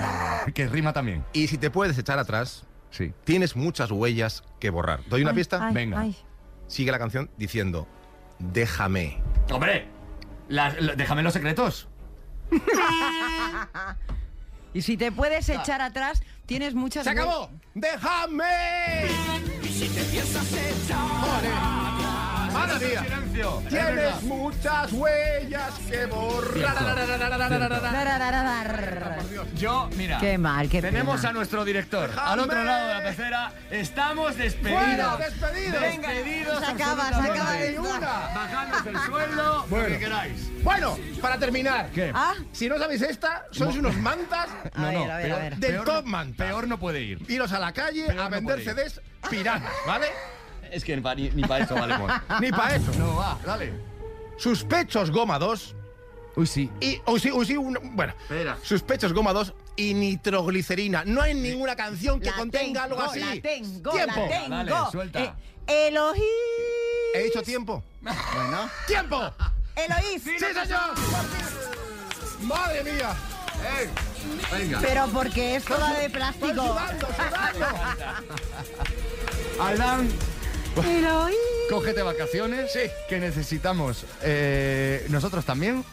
Speaker 2: que rima también.
Speaker 9: Y si te puedes echar atrás,
Speaker 2: Sí.
Speaker 9: Tienes muchas huellas que borrar. ¿Doy una pista?
Speaker 2: Venga.
Speaker 9: Sigue la canción diciendo, déjame.
Speaker 2: ¡Hombre! las- la- déjame los secretos.
Speaker 4: Y si te puedes echar atrás, tienes muchas...
Speaker 9: ¡Se acabó! ¡Déjame! ¡Madre mía! Tienes muchas huellas que borrar.
Speaker 4: Dararararar.
Speaker 10: Yo, mira.
Speaker 4: Qué mal, qué
Speaker 10: Tenemos
Speaker 4: pena.
Speaker 10: a nuestro director al otro lado de la pecera. Estamos despedidos.
Speaker 9: ¡Fuera, despedidos!
Speaker 10: Despedidos.
Speaker 4: se acaba, se
Speaker 10: absolutamente.
Speaker 4: acaba
Speaker 9: de una.
Speaker 10: Bajadnos el sueldo, lo que queráis.
Speaker 9: Bueno, para terminar,
Speaker 4: Ah,
Speaker 9: si no sabéis esta, sois unos mantas
Speaker 4: a ver, a ver, a ver.
Speaker 9: del
Speaker 10: Peor
Speaker 9: top
Speaker 10: no-
Speaker 9: manta.
Speaker 10: Peor no puede ir.
Speaker 9: Iros a la calle
Speaker 10: Peor
Speaker 9: a
Speaker 10: no
Speaker 9: vender
Speaker 10: podéis.
Speaker 9: CDs piratas, ¿vale?
Speaker 10: Es que ni, para eso valemos.
Speaker 9: Ni para eso.
Speaker 10: No, va, dale.
Speaker 9: Sus pechos goma 2
Speaker 10: Uy, sí.
Speaker 9: y... o sí, o sí, un- bueno,
Speaker 10: Espera.
Speaker 9: sus pechos goma 2 y nitroglicerina. No hay ninguna canción que
Speaker 4: La
Speaker 9: contenga algo
Speaker 4: tengo,
Speaker 9: así.
Speaker 4: La tengo,
Speaker 9: ¡Tiempo!
Speaker 4: la tengo.
Speaker 10: Dale, suelta.
Speaker 4: Eh, Eloís.
Speaker 9: He dicho tiempo.
Speaker 2: Bueno.
Speaker 9: ¡Tiempo!
Speaker 4: Eloís.
Speaker 9: ¡Sí, señor! ¡Madre mía!
Speaker 10: Venga.
Speaker 4: Pero porque es toda de
Speaker 9: ¡Estoy
Speaker 4: plástico.
Speaker 9: sudando, sudando!
Speaker 10: Alan,
Speaker 4: Eloís.
Speaker 2: Cógete vacaciones, que necesitamos eh, nosotros también.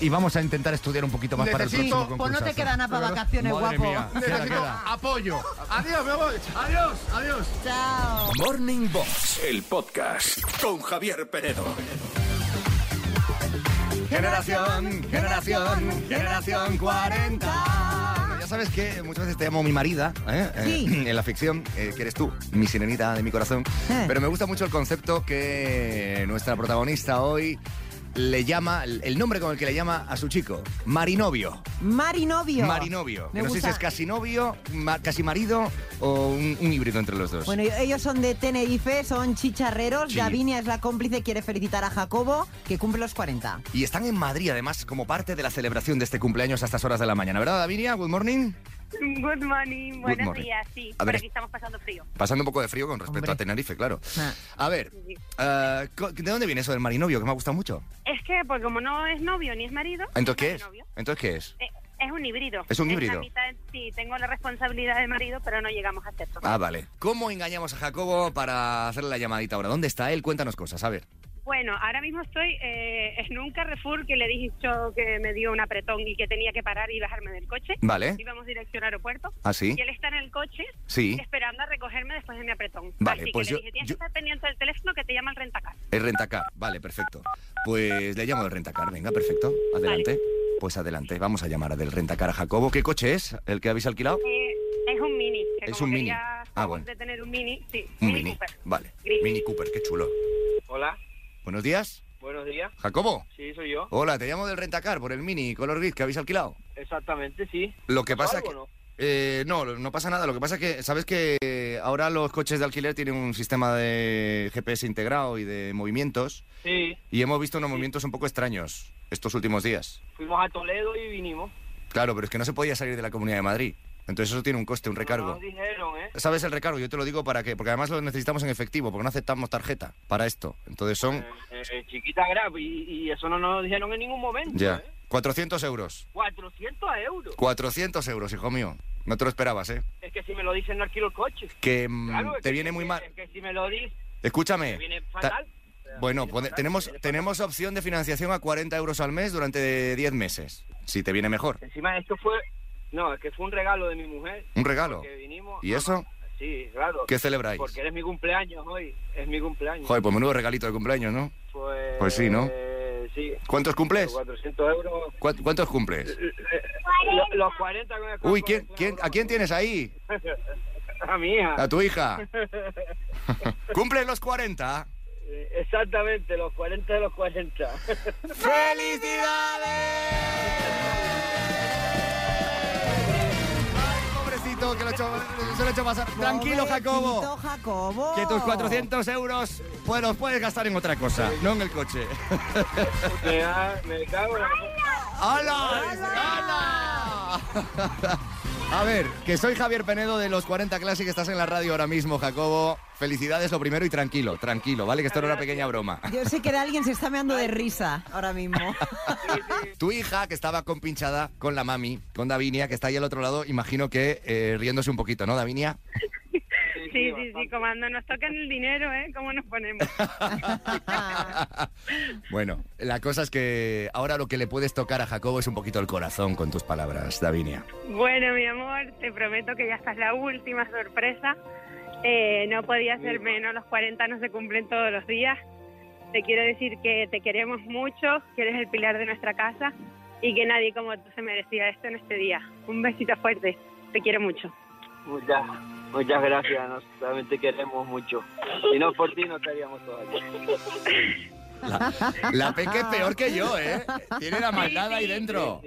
Speaker 2: Y vamos a intentar estudiar un poquito más para el
Speaker 9: Necesito-
Speaker 2: próximo concurso.
Speaker 4: Pues no te quedan a para vacaciones,
Speaker 2: Madre
Speaker 4: guapo.
Speaker 2: mía. Queda,
Speaker 9: Necesito
Speaker 2: queda.
Speaker 9: apoyo. Adiós, me voy.
Speaker 10: adiós, adiós.
Speaker 4: Chao.
Speaker 1: Morning Box, el podcast con Javier Penedo.
Speaker 2: Generación, generación, generación 40. Ya sabes que muchas veces te llamo mi marida, ¿eh?
Speaker 4: Sí.
Speaker 2: Eh, en la ficción, eh, que eres tú, mi sirenita de mi corazón.
Speaker 4: Eh.
Speaker 2: Pero me gusta mucho el concepto que nuestra protagonista hoy le llama, el el nombre con el que le llama a su chico, Marinovio.
Speaker 4: Marinovio.
Speaker 2: Marinovio.
Speaker 4: Me
Speaker 2: Que no sé si
Speaker 4: gusta.
Speaker 2: es casi novio, ma- casi marido o un, un híbrido entre los dos.
Speaker 4: Bueno, ellos son de Tenerife, son chicharreros.
Speaker 2: Sí.
Speaker 4: Gavinia es la cómplice, quiere felicitar a Jacobo, que cumple los 40.
Speaker 2: Y están en Madrid, además, como parte de la celebración de este cumpleaños a estas horas de la mañana. ¿Verdad, Davinia? Good morning.
Speaker 11: Good morning,
Speaker 2: Good
Speaker 11: buenos
Speaker 2: morning.
Speaker 11: días, sí,
Speaker 2: A
Speaker 11: por
Speaker 2: ver.
Speaker 11: aquí estamos pasando frío.
Speaker 2: Pasando un poco de frío con respecto
Speaker 4: Hombre.
Speaker 2: a Tenerife, claro.
Speaker 4: Ah.
Speaker 2: A ver,
Speaker 11: Sí.
Speaker 2: ah, co- ¿de dónde viene eso del marinovio? Que me ha gustado mucho.
Speaker 11: Es que, pues como no es novio ni es marido,
Speaker 2: Ah, ¿Entonces qué
Speaker 11: es
Speaker 2: es?
Speaker 11: novio.
Speaker 2: ¿Entonces qué es?
Speaker 11: Eh, es un híbrido.
Speaker 2: Es un
Speaker 11: la
Speaker 2: híbrido.
Speaker 11: mitad de- sí, tengo la responsabilidad del marido, pero no llegamos a hacerlo.
Speaker 2: Ah, vale. ¿Cómo engañamos a Jacobo para hacerle la llamadita ahora? ¿Dónde está él? Cuéntanos cosas, a ver.
Speaker 11: Bueno, ahora mismo estoy eh, en un Carrefour que le dije yo que me dio un apretón y que tenía que parar y bajarme del coche.
Speaker 2: Vale.
Speaker 11: Íbamos dirección al aeropuerto.
Speaker 2: ¿Ah, sí?
Speaker 11: Y él está en el coche
Speaker 2: Sí.
Speaker 11: esperando a recogerme después de mi apretón.
Speaker 2: Vale,
Speaker 11: Así
Speaker 2: pues
Speaker 11: que
Speaker 2: yo-
Speaker 11: le dije, tienes
Speaker 2: yo-
Speaker 11: que estar pendiente del teléfono que te llama el rentacar.
Speaker 2: El rentacar. Vale, perfecto. Pues le llamo del rentacar. Venga, perfecto. Adelante. Pues adelante. Vamos a llamar a del rentacar a Jacobo. ¿Qué coche es el que habéis alquilado?
Speaker 11: Eh, es un mini.
Speaker 2: Es
Speaker 11: que como
Speaker 2: un mini.
Speaker 11: quería
Speaker 2: Ah, bueno.
Speaker 11: De tener un mini, sí.
Speaker 2: Un mini.
Speaker 11: Cooper.
Speaker 2: Vale.
Speaker 11: Gris.
Speaker 2: Mini Cooper, qué chulo.
Speaker 6: Hola,
Speaker 2: Buenos días.
Speaker 6: buenos días.
Speaker 2: Jacobo.
Speaker 6: Sí, soy yo.
Speaker 2: Hola, te llamo del rentacar por el mini color gris que habéis alquilado.
Speaker 6: Exactamente, sí.
Speaker 2: Lo que pasa
Speaker 6: algo
Speaker 2: que...
Speaker 6: o no?
Speaker 2: Eh, no, no pasa nada. Lo que pasa es que, ¿sabes que eh, ahora los coches de alquiler tienen un sistema de GPS integrado y de movimientos?
Speaker 6: Sí,
Speaker 2: Y hemos visto unos movimientos un poco extraños estos últimos días.
Speaker 6: fuimos a Toledo y vinimos.
Speaker 2: Claro, pero es que no se podía salir de la Comunidad de Madrid. Entonces eso tiene un coste, un recargo.
Speaker 6: Nos dijeron, ¿eh?
Speaker 2: ¿Sabes el recargo? Yo te lo digo para que... Porque además lo necesitamos en efectivo, porque no aceptamos tarjeta para esto. Entonces son...
Speaker 6: Eh, eh, chiquita grave, y, y eso no nos dijeron en ningún momento.
Speaker 2: Ya.
Speaker 6: ¿eh?
Speaker 2: 400 euros.
Speaker 6: 400 euros.
Speaker 2: 400 euros, hijo mío. No te lo esperabas, ¿eh?
Speaker 6: Es que si me lo dicen, no alquilo el coche.
Speaker 2: Que mm,
Speaker 6: Claro, es
Speaker 2: te
Speaker 6: que-
Speaker 2: viene
Speaker 6: es
Speaker 2: muy
Speaker 6: que-
Speaker 2: mal.
Speaker 6: Es que si me lo dices,
Speaker 2: Escúchame.
Speaker 6: me viene
Speaker 2: ta-
Speaker 6: fatal.
Speaker 2: Bueno, pone- tenemos, tenemos opción de financiación a 40 euros al mes durante 10 meses, si te viene mejor.
Speaker 6: Encima, esto fue. No, es que fue un regalo de mi mujer.
Speaker 2: Un regalo.
Speaker 6: Que vinimos.
Speaker 2: Oh. ¿Y
Speaker 6: a-
Speaker 2: eso?
Speaker 6: Sí, claro.
Speaker 2: ¿Qué celebráis?
Speaker 6: Porque eres mi cumpleaños hoy. Es mi cumpleaños.
Speaker 2: Joder, pues menudo regalito de cumpleaños, ¿no?
Speaker 6: Pues,
Speaker 2: Pues sí, ¿no?
Speaker 6: Sí.
Speaker 2: ¿Cuántos cumples?
Speaker 6: 400 euros.
Speaker 2: ¿Cuá- ¿Cuántos cumples?
Speaker 6: Lo- Los 40 con el
Speaker 2: Uy,
Speaker 6: cuerpo
Speaker 2: ¿quién,
Speaker 6: es una
Speaker 2: quién,
Speaker 6: broma.
Speaker 2: ¿a quién tienes ahí?
Speaker 6: A mi hija.
Speaker 2: ¿A tu hija? ¿Cumples los 40?
Speaker 6: Eh, Exactamente, los 40 de los 40.
Speaker 2: Pobrecito, que lo he hecho, se lo he hecho pasar. Tranquilo,
Speaker 4: Pobrecito
Speaker 2: Jacobo.
Speaker 4: Jacobo.
Speaker 2: Que tus 400 euros pues, los puedes gastar en otra cosa, no en el coche.
Speaker 6: me, da- me cago en la...
Speaker 2: ¡Hala! ¡Hala! A ver, que soy Javier Penedo de los 40 Classic, estás en la radio ahora mismo, Jacobo. Felicidades lo primero y tranquilo, tranquilo, ¿vale? Que esto era una pequeña broma.
Speaker 4: Yo sé que de alguien se está meando de risa ahora mismo.
Speaker 2: Tu hija, que estaba compinchada con la mami, con Davinia, que está ahí al otro lado, imagino que eh, riéndose un poquito, ¿no, Davinia?
Speaker 11: Sí, sí, sí, comando, nos tocan el dinero, ¿eh? ¿Cómo nos ponemos?
Speaker 2: Bueno, la cosa es que ahora lo que le puedes tocar a Jacobo es un poquito el corazón con tus palabras, Davinia.
Speaker 11: Bueno, mi amor, te prometo que ya esta es la última sorpresa. Eh, no podía ser menos, los 40 no se cumplen todos los días. Te quiero decir que te queremos mucho, que eres el pilar de nuestra casa y que nadie como tú se merecía esto en este día. Un besito fuerte, te quiero mucho.
Speaker 12: Muchas, muchas gracias, nos, realmente queremos mucho. Si no por ti no estaríamos todos aquí.
Speaker 2: La, la Peque es peor que yo, ¿eh? Tiene la maldad ahí dentro.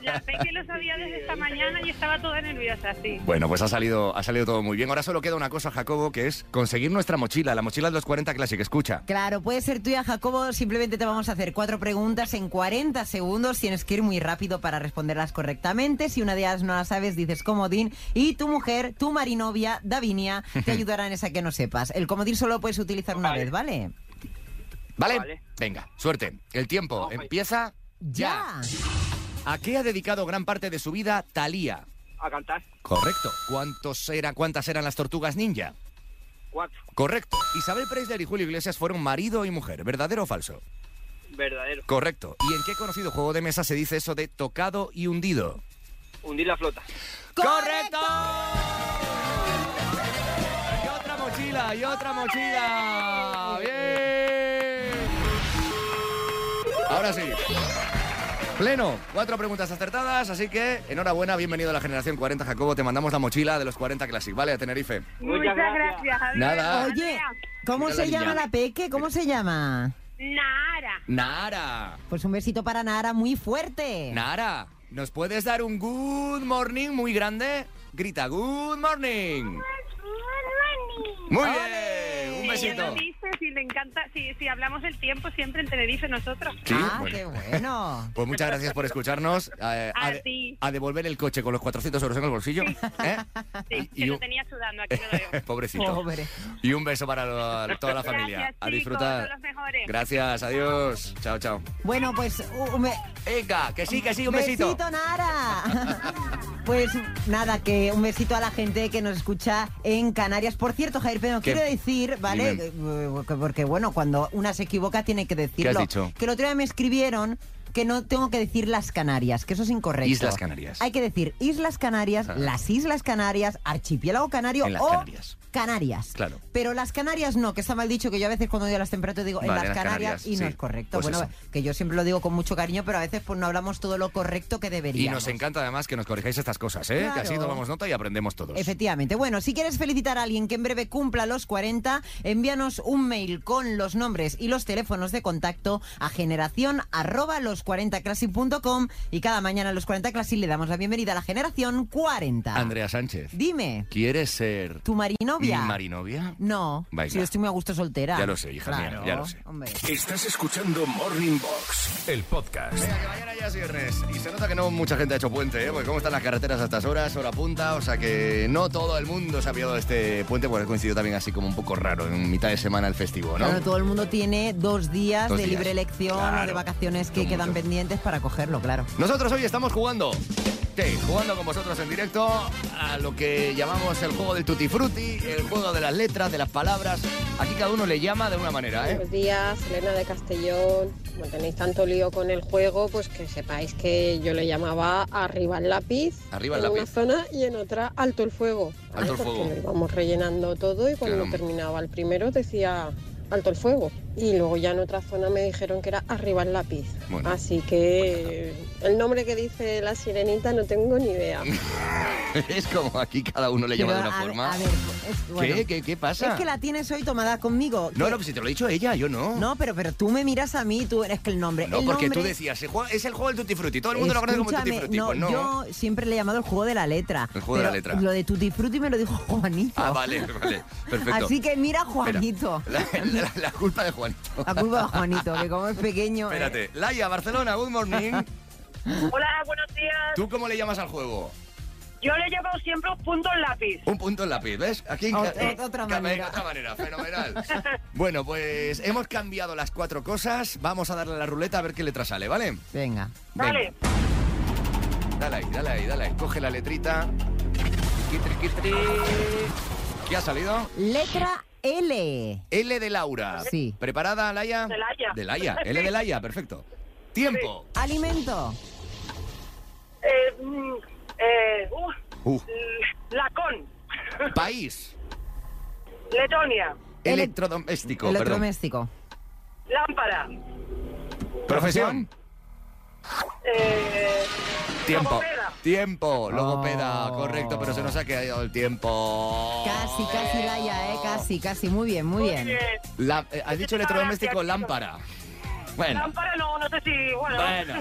Speaker 11: La fe que lo sabía desde esta mañana y estaba toda nerviosa, sí.
Speaker 2: Bueno, pues ha salido, ha salido todo muy bien. Ahora solo queda una cosa, Jacobo, que es conseguir nuestra mochila, la mochila de los 40 Classic. Escucha.
Speaker 4: Claro, puede ser tuya, Jacobo. Simplemente te vamos a hacer cuatro preguntas en 40 segundos. Tienes que ir muy rápido para responderlas correctamente. Si una de ellas no la sabes, dices comodín. Y tu mujer, tu marinovia, Davinia, te ayudará en esa que no sepas. El comodín solo lo puedes utilizar una vez, ¿vale?
Speaker 2: ¿Vale? Venga, suerte. El tiempo empieza ya. ¿A qué ha dedicado gran parte de su vida Thalía?
Speaker 6: A cantar.
Speaker 2: Correcto. ¿Cuántos eran, ¿Cuántas eran las tortugas ninja?
Speaker 6: Cuatro.
Speaker 2: Correcto. Isabel Preisler y Julio Iglesias fueron marido y mujer. ¿Verdadero o falso?
Speaker 6: Verdadero.
Speaker 2: Correcto. ¿Y en qué conocido juego de mesa se dice eso de tocado y hundido?
Speaker 6: Hundir la flota.
Speaker 2: ¡Correcto! Y otra mochila, y otra mochila. ¡Bien! Ahora sí. Pleno, cuatro preguntas acertadas, así que enhorabuena, bienvenido a la generación 40, Jacobo. Te mandamos la mochila de los 40 Classic, ¿vale? A Tenerife.
Speaker 11: Muchas gracias, Javier.
Speaker 2: Nada.
Speaker 4: Oye, ¿cómo
Speaker 2: Ah. Mira la
Speaker 4: se llama
Speaker 2: niña.
Speaker 4: la peque? ¿Cómo se llama?
Speaker 11: Nara.
Speaker 2: Nara,
Speaker 4: Pues un besito para Nara muy fuerte.
Speaker 2: Nara, ¿nos puedes dar un good morning muy grande? Grita, good morning. Muy bien, un
Speaker 11: Sí, ella
Speaker 2: besito.
Speaker 11: lo dice, si le encanta, si, si hablamos del tiempo siempre en Tenerife nosotros.
Speaker 2: Sí,
Speaker 4: ah,
Speaker 2: bueno.
Speaker 4: qué bueno.
Speaker 2: Pues muchas gracias por escucharnos. eh,
Speaker 11: A
Speaker 2: de-
Speaker 11: ti.
Speaker 2: a devolver el coche con los 400 euros en el bolsillo. ¿eh?
Speaker 11: Sí,
Speaker 2: y
Speaker 11: que lo
Speaker 2: un-
Speaker 11: tenía sudando, aquí lo veo.
Speaker 2: Pobrecito.
Speaker 4: Pobre.
Speaker 2: Y un beso para lo- toda la familia.
Speaker 11: Gracias,
Speaker 2: a
Speaker 11: chicos,
Speaker 2: disfrutar.
Speaker 11: son los mejores.
Speaker 2: Gracias, adiós. Chao, chao.
Speaker 4: Bueno, pues un be-
Speaker 2: Venga, que sí, que sí, un besito.
Speaker 4: Besito, Nara. Pues nada, que un besito a la gente que nos escucha en Canarias. Por cierto, Jair, pero
Speaker 2: ¿Qué?
Speaker 4: quiero decir, ¿vale? Eh, Porque bueno, cuando una se equivoca tiene que decirlo.
Speaker 2: dicho?
Speaker 4: Que el otro día me escribieron que no tengo que decir las Canarias, que eso es incorrecto.
Speaker 2: Islas Canarias.
Speaker 4: Hay que decir Islas Canarias,
Speaker 2: Ah.
Speaker 4: las Islas Canarias, Archipiélago Canario
Speaker 2: En las
Speaker 4: o
Speaker 2: Canarias.
Speaker 4: Canarias.
Speaker 2: Claro.
Speaker 4: Pero las Canarias no, que está mal dicho que yo a veces cuando digo las temperaturas digo en
Speaker 2: Vale,
Speaker 4: las Canarias, y no
Speaker 2: sí.
Speaker 4: es correcto.
Speaker 2: Pues
Speaker 4: bueno,
Speaker 2: eso.
Speaker 4: que yo siempre lo digo con mucho cariño, pero a veces pues no hablamos todo lo correcto que
Speaker 2: Y
Speaker 4: deberíamos.
Speaker 2: nos encanta además que nos corrijáis estas cosas, ¿eh? Que
Speaker 4: Claro.
Speaker 2: así tomamos nota y aprendemos todos.
Speaker 4: Efectivamente. Bueno, si quieres felicitar a alguien que en breve cumpla los 40, envíanos un mail con los nombres y los teléfonos de contacto a generación arroba los40classic.com y cada mañana en los 40 Classic le damos la bienvenida a la generación 40.
Speaker 2: Andrea Sánchez,
Speaker 4: Dime,
Speaker 2: ¿quieres ser
Speaker 4: ¿tu marinovia?
Speaker 2: mi marinovia?
Speaker 4: No,
Speaker 2: Venga.
Speaker 4: si yo estoy muy a gusto soltera.
Speaker 2: Ya lo sé, hija mía,
Speaker 4: Claro,
Speaker 2: ya lo sé.
Speaker 4: hombre.
Speaker 1: Estás escuchando Morning Box, el podcast.
Speaker 2: Venga, que mañana ya es viernes. Y se nota que no mucha gente ha hecho puente, ¿eh? Porque cómo están las carreteras a estas horas, hora punta, o sea que no todo el mundo se ha pillado este puente, porque coincidió también así como un poco raro, en mitad de semana el festivo, ¿no?
Speaker 4: Claro, todo el mundo tiene dos días
Speaker 2: Dos
Speaker 4: de
Speaker 2: días.
Speaker 4: libre elección o de
Speaker 2: Claro.
Speaker 4: vacaciones que
Speaker 2: Todo
Speaker 4: quedan
Speaker 2: mucho.
Speaker 4: pendientes para cogerlo, claro.
Speaker 2: Nosotros hoy estamos jugando. Sí, jugando con vosotros en directo a lo que llamamos el juego del tutti frutti, el juego de las letras, de las palabras. Aquí cada uno le llama de una manera, ¿eh?
Speaker 13: Buenos días, Elena de Castellón. Como tenéis tanto lío con el juego, pues que sepáis que yo le llamaba arriba el lápiz.
Speaker 2: Arriba el
Speaker 13: en una
Speaker 2: lápiz.
Speaker 13: zona y en otra alto el fuego.
Speaker 2: Alto el
Speaker 13: Porque
Speaker 2: fuego.
Speaker 13: lo íbamos rellenando todo y cuando
Speaker 2: Claro.
Speaker 13: terminaba el primero decía alto el fuego. Y luego ya en otra zona me dijeron que era arriba el lápiz.
Speaker 2: Bueno.
Speaker 4: Ah,
Speaker 13: Así que el nombre que dice la sirenita no tengo ni idea.
Speaker 2: es como aquí cada uno le llama de
Speaker 4: Pero,
Speaker 2: una
Speaker 4: a-
Speaker 2: forma.
Speaker 4: a ver, es- bueno.
Speaker 2: ¿Qué? ¿Qué? ¿Qué pasa?
Speaker 4: Es que la tienes hoy tomada conmigo.
Speaker 2: No,
Speaker 4: Que-
Speaker 2: no, pues si te lo he dicho ella, yo no.
Speaker 4: No, pero, pero tú me miras a mí, tú eres que el nombre.
Speaker 2: No,
Speaker 4: el
Speaker 2: porque tú
Speaker 4: nombre-
Speaker 2: decías, "Se juega- es el juego del tutti frutti, todo el mundo lo conoce como tutti
Speaker 4: Escúchame,
Speaker 2: frutti. pues no.
Speaker 4: Yo siempre le he llamado el juego de la letra.
Speaker 2: El juego de la
Speaker 4: pero
Speaker 2: letra.
Speaker 4: Lo de Tutti Frutti me lo dijo Juanito.
Speaker 2: Ah, vale, vale, perfecto.
Speaker 4: Así que mira,
Speaker 2: Espera,
Speaker 4: Juanito.
Speaker 2: la, la- la culpa de Juanito.
Speaker 4: La culpa de Juanito, que como es pequeño. eh,
Speaker 2: Espérate, Laia, Barcelona, good morning.
Speaker 14: Hola, buenos días.
Speaker 2: ¿Tú cómo le llamas al juego?
Speaker 14: Yo le he llevado siempre un punto en lápiz.
Speaker 2: Un punto en lápiz, ¿ves? Aquí en ca-
Speaker 14: Otra-
Speaker 2: eh,
Speaker 14: otra
Speaker 2: ca-
Speaker 14: manera.
Speaker 2: otra manera, fenomenal. bueno, pues hemos cambiado las cuatro cosas. Vamos a darle a la ruleta a ver qué letra sale, ¿vale?
Speaker 4: Venga.
Speaker 2: Dale. Dale ahí, dale ahí, dale ahí. Coge la letrita. Triqui, triqui, tri. ¿Qué ha salido?
Speaker 4: Letra L.
Speaker 2: L de Laura.
Speaker 4: Sí.
Speaker 2: ¿Preparada, Laia?
Speaker 4: De Laia.
Speaker 2: De Laia. L de Laia, perfecto. Tiempo.
Speaker 4: Alimento.
Speaker 11: Eh, mm, eh, uh,
Speaker 2: Uh.
Speaker 11: Lacón.
Speaker 2: País.
Speaker 11: Letonia.
Speaker 2: Electrodoméstico, perdón.
Speaker 4: Electrodoméstico.
Speaker 11: Lámpara.
Speaker 2: Profesión.
Speaker 11: Eh,
Speaker 2: Tiempo.
Speaker 11: logopeda.
Speaker 4: Oh.
Speaker 2: Tiempo. Logopeda, correcto, pero se nos ha quedado el tiempo.
Speaker 4: Casi, casi, Laia, eh, casi, casi. Muy bien, muy bien.
Speaker 2: La- eh, has dicho electrodoméstico, lámpara. Bueno,
Speaker 11: Lámpara no, no sé si. Bueno.
Speaker 2: bueno,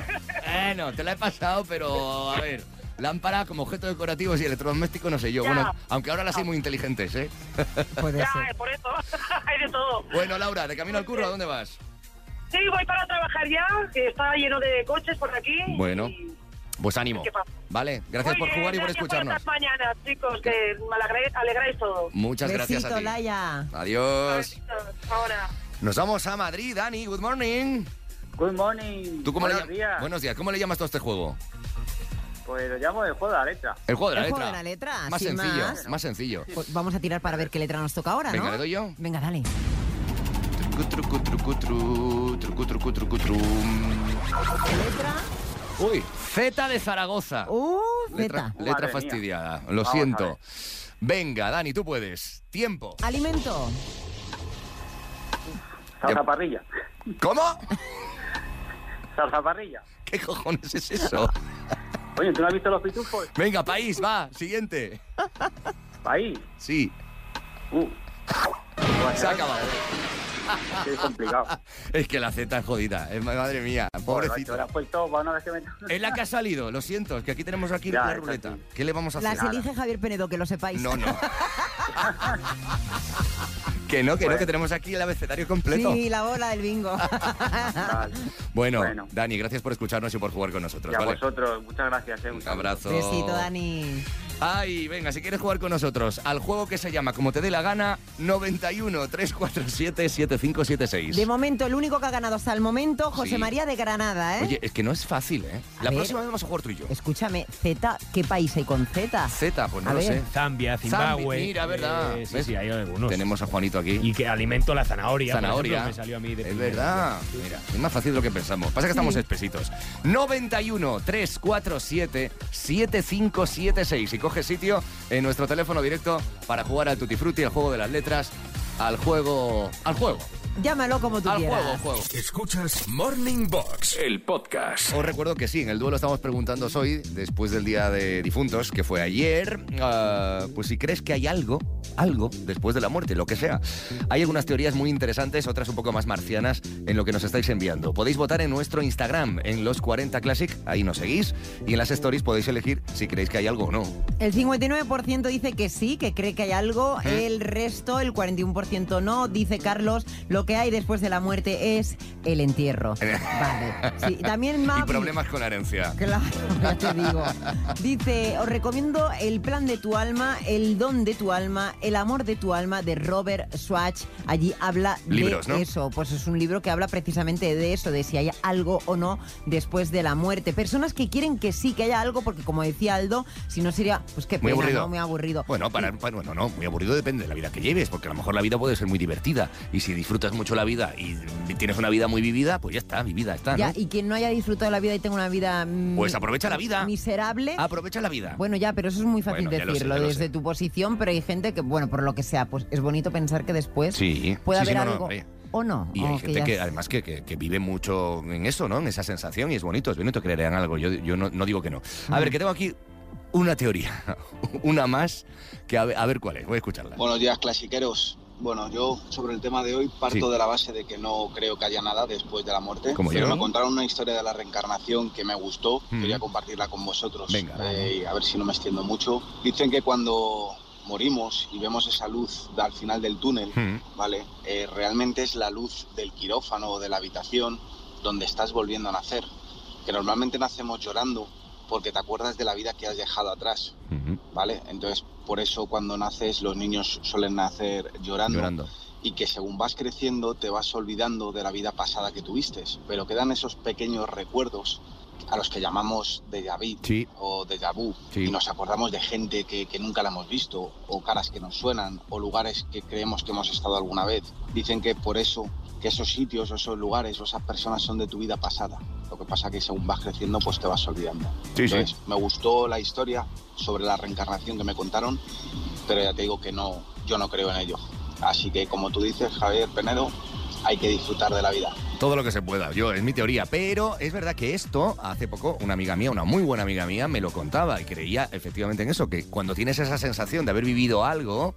Speaker 2: bueno, te la he pasado, pero a ver. Lámpara como objeto decorativo y electrodoméstico, no sé yo.
Speaker 11: Ya.
Speaker 2: Bueno, aunque ahora las hay muy inteligentes, ¿eh?
Speaker 11: ya, eh, por eso. Hay de todo.
Speaker 2: Bueno, Laura, de camino al curro, ¿a dónde vas?
Speaker 11: Sí, voy para trabajar ya, que está lleno de coches por aquí.
Speaker 2: Bueno, pues ánimo.
Speaker 11: ¿Qué pasa?
Speaker 2: Vale, gracias
Speaker 11: Muy
Speaker 2: por
Speaker 11: bien,
Speaker 2: jugar y por
Speaker 11: gracias
Speaker 2: escucharnos.
Speaker 11: estas mañanas, chicos, que me alegráis, alegráis todo.
Speaker 2: Muchas gracias a
Speaker 4: Besito,
Speaker 2: ti.
Speaker 4: Laia.
Speaker 2: Adiós.
Speaker 11: Ahora.
Speaker 2: Nos vamos a Madrid, Dani. Good morning.
Speaker 6: Good morning.
Speaker 2: ¿Tú cómo
Speaker 6: Buenos
Speaker 2: le llam-
Speaker 6: días.
Speaker 2: Buenos días. ¿Cómo le llamas tú a este juego?
Speaker 6: Pues lo llamo el juego de la letra.
Speaker 2: El juego de la
Speaker 4: El
Speaker 2: letra.
Speaker 4: juego de la letra,
Speaker 2: Más
Speaker 4: sin
Speaker 2: sencillo,
Speaker 4: más.
Speaker 2: más sencillo.
Speaker 4: Pues vamos a tirar para ver qué letra nos toca ahora, ¿no?
Speaker 2: Venga, ¿le doy yo?
Speaker 4: Venga, dale.
Speaker 2: Trucu, trucu, trucu, tru, trucu, trucu, trucu, tru. Uy, Z de Zaragoza.
Speaker 4: Uh,
Speaker 2: letra,
Speaker 4: Zeta.
Speaker 2: letra
Speaker 4: Madre mía.
Speaker 2: fastidiada. Lo
Speaker 4: Vamos a
Speaker 2: siento. Venga, Dani, tú puedes. Tiempo.
Speaker 4: Alimento.
Speaker 6: Salsa parrilla.
Speaker 2: ¿Cómo?
Speaker 6: Salsa parrilla.
Speaker 2: ¿Qué cojones es eso?
Speaker 6: Oye, ¿tú no has visto los pitufos?
Speaker 2: Venga, país, va. Siguiente.
Speaker 6: País.
Speaker 2: Sí.
Speaker 6: Uh.
Speaker 2: Se ha acabado.
Speaker 6: Qué complicado.
Speaker 2: Es que la Z es jodida. Es- madre mía, pobrecito.
Speaker 6: Te lo has puesto para pues una vez que me...
Speaker 2: Es la que ha salido, lo siento, es que aquí tenemos aquí
Speaker 6: Ya,
Speaker 2: la
Speaker 6: es
Speaker 2: ruleta. ¿Qué le vamos a hacer?
Speaker 4: Las elige Javier Penedo, que lo sepáis.
Speaker 2: No, no. que no, que no, que tenemos aquí el abecedario completo.
Speaker 4: Sí, la bola del bingo.
Speaker 2: Ah. Bueno, Dani, gracias por escucharnos y por jugar con nosotros.
Speaker 6: Y a
Speaker 2: ¿vale?
Speaker 6: vosotros, muchas gracias. Eh,
Speaker 2: Un abrazo.
Speaker 4: Besito, Dani.
Speaker 2: Ay, venga, si quieres jugar con nosotros al juego que se llama como te dé la gana 91 347 7576.
Speaker 4: De momento, el único que ha ganado hasta el momento, José
Speaker 2: Sí.
Speaker 4: María de Granada, ¿eh?
Speaker 2: Oye, es que no es fácil, ¿eh? la
Speaker 4: ver.
Speaker 2: próxima vez vamos a jugar tú y yo.
Speaker 4: Escúchame, Z, ¿qué país hay con Z?
Speaker 2: Z, pues no
Speaker 4: A
Speaker 2: lo
Speaker 4: ver.
Speaker 2: sé.
Speaker 5: Zambia, Zimbabue.
Speaker 2: Zambi, mira, verdad.
Speaker 5: Eh, sí,
Speaker 2: ¿Ves?
Speaker 5: sí, hay algunos.
Speaker 2: Tenemos a Juanito aquí.
Speaker 5: Y que alimento la zanahoria. por
Speaker 2: Zanahoria.
Speaker 5: ejemplo, me salió a mí de
Speaker 2: es
Speaker 5: primero.
Speaker 2: verdad.
Speaker 5: Sí.
Speaker 2: Mira, es más fácil de lo que pensamos. Pasa que estamos
Speaker 5: Sí.
Speaker 2: espesitos. 91 347 7576. Y coge sitio en nuestro teléfono directo para jugar al Tutti Frutti, al juego de las letras, al juego. al juego.
Speaker 4: Llámalo como tú
Speaker 2: Al
Speaker 4: quieras.
Speaker 2: juego, juego.
Speaker 1: Escuchas Morning Box, el podcast.
Speaker 2: Os Oh, recuerdo que sí, en el duelo estamos preguntando hoy, después del Día de Difuntos, que fue ayer, ah, pues si crees que hay algo, algo después de la muerte, lo que sea. Hay algunas teorías muy interesantes, otras un poco más marcianas en lo que nos estáis enviando. Podéis votar en nuestro Instagram, en los 40 Classic, ahí nos seguís, y en las stories podéis elegir si creéis que hay algo o no.
Speaker 4: El 59% dice que sí, que cree que hay algo. El resto, el 41% no. Dice Carlos, lo que hay después de la muerte es el entierro. vale. Sí, también Mavi.
Speaker 2: Y problemas con la herencia.
Speaker 4: Claro, ya te digo. Dice, os recomiendo El plan de tu alma, El don de tu alma, El amor de tu alma de Robert Swatch. Allí habla
Speaker 2: Libros,
Speaker 4: de
Speaker 2: ¿no?
Speaker 4: eso. Pues es un libro que habla precisamente de eso, de si hay algo o no después de la muerte. Personas que quieren que sí, que haya algo, porque como decía Aldo, si no sería, pues qué
Speaker 2: Muy
Speaker 4: pena,
Speaker 2: aburrido.
Speaker 4: ¿no? Muy aburrido.
Speaker 2: Bueno, para, para- bueno, no, muy aburrido depende de la vida que lleves, porque a lo mejor la vida puede ser muy divertida. Y si disfrutas mucho la vida y tienes una vida muy vivida, pues ya está, vivida está, ¿no?
Speaker 4: Ya, y quien no haya disfrutado la vida y tenga una vida... mm,
Speaker 2: Pues aprovecha la vida.
Speaker 4: Miserable.
Speaker 2: Aprovecha la vida.
Speaker 4: Bueno, ya, pero eso es muy fácil
Speaker 2: Bueno, ya lo sé,
Speaker 4: decirlo
Speaker 2: ya lo
Speaker 4: desde
Speaker 2: sé.
Speaker 4: tu posición, pero hay gente que, bueno, por lo que sea, pues es bonito pensar que después
Speaker 2: Sí.
Speaker 4: puede
Speaker 2: Sí, sí,
Speaker 4: haber
Speaker 2: no, no,
Speaker 4: algo. Oh,
Speaker 2: hombre.
Speaker 4: o no.
Speaker 2: Y
Speaker 4: o
Speaker 2: hay
Speaker 4: que
Speaker 2: gente
Speaker 4: ya
Speaker 2: que
Speaker 4: es-
Speaker 2: además que, que- que vive mucho en eso, ¿no? En esa sensación y es bonito, es bonito creer en algo. Yo, yo no, no digo que no. A
Speaker 4: Mm.
Speaker 2: ver, que tengo aquí una teoría, una más, que a ver, a ver cuál es. Voy a escucharla.
Speaker 9: Buenos días, clasiqueros. Bueno, yo sobre el tema de hoy parto
Speaker 2: Sí.
Speaker 9: de la base de que no creo que haya nada después de la muerte.
Speaker 2: Como
Speaker 9: pero
Speaker 2: yo.
Speaker 9: me contaron una historia de la reencarnación que me gustó.
Speaker 2: Mm.
Speaker 9: Quería compartirla con vosotros.
Speaker 2: Venga.
Speaker 9: Eh, y a ver si no me extiendo mucho. Dicen que cuando morimos y vemos esa luz de- al final del túnel,
Speaker 2: Mm.
Speaker 9: ¿vale? Eh, realmente es la luz del quirófano o de la habitación donde estás volviendo a nacer. Que normalmente nacemos llorando porque te acuerdas de la vida que has dejado atrás.
Speaker 2: Mm.
Speaker 9: ¿vale? Entonces, por eso cuando naces los niños suelen nacer llorando,
Speaker 2: Llorando.
Speaker 9: y que según vas creciendo te vas olvidando de la vida pasada que tuviste, pero quedan esos pequeños recuerdos
Speaker 15: a los que llamamos de David o de Vu y nos acordamos de gente que, que nunca la hemos visto o caras que nos suenan o lugares que creemos que hemos estado alguna vez. Dicen que por eso que esos sitios o esos lugares o esas personas son de tu vida pasada. Lo que pasa que según vas creciendo pues te vas olvidando.
Speaker 2: Sí, sí.
Speaker 15: Entonces, me gustó la historia sobre la reencarnación que me contaron, pero ya te digo que no, yo no creo en ello. Así que como tú dices, Javier Penedo, hay que disfrutar de la vida.
Speaker 2: Todo lo que se pueda, yo, es mi teoría. Pero es verdad que esto, hace poco, una amiga mía, una muy buena amiga mía, me lo contaba y creía efectivamente en eso, que cuando tienes esa sensación de haber vivido algo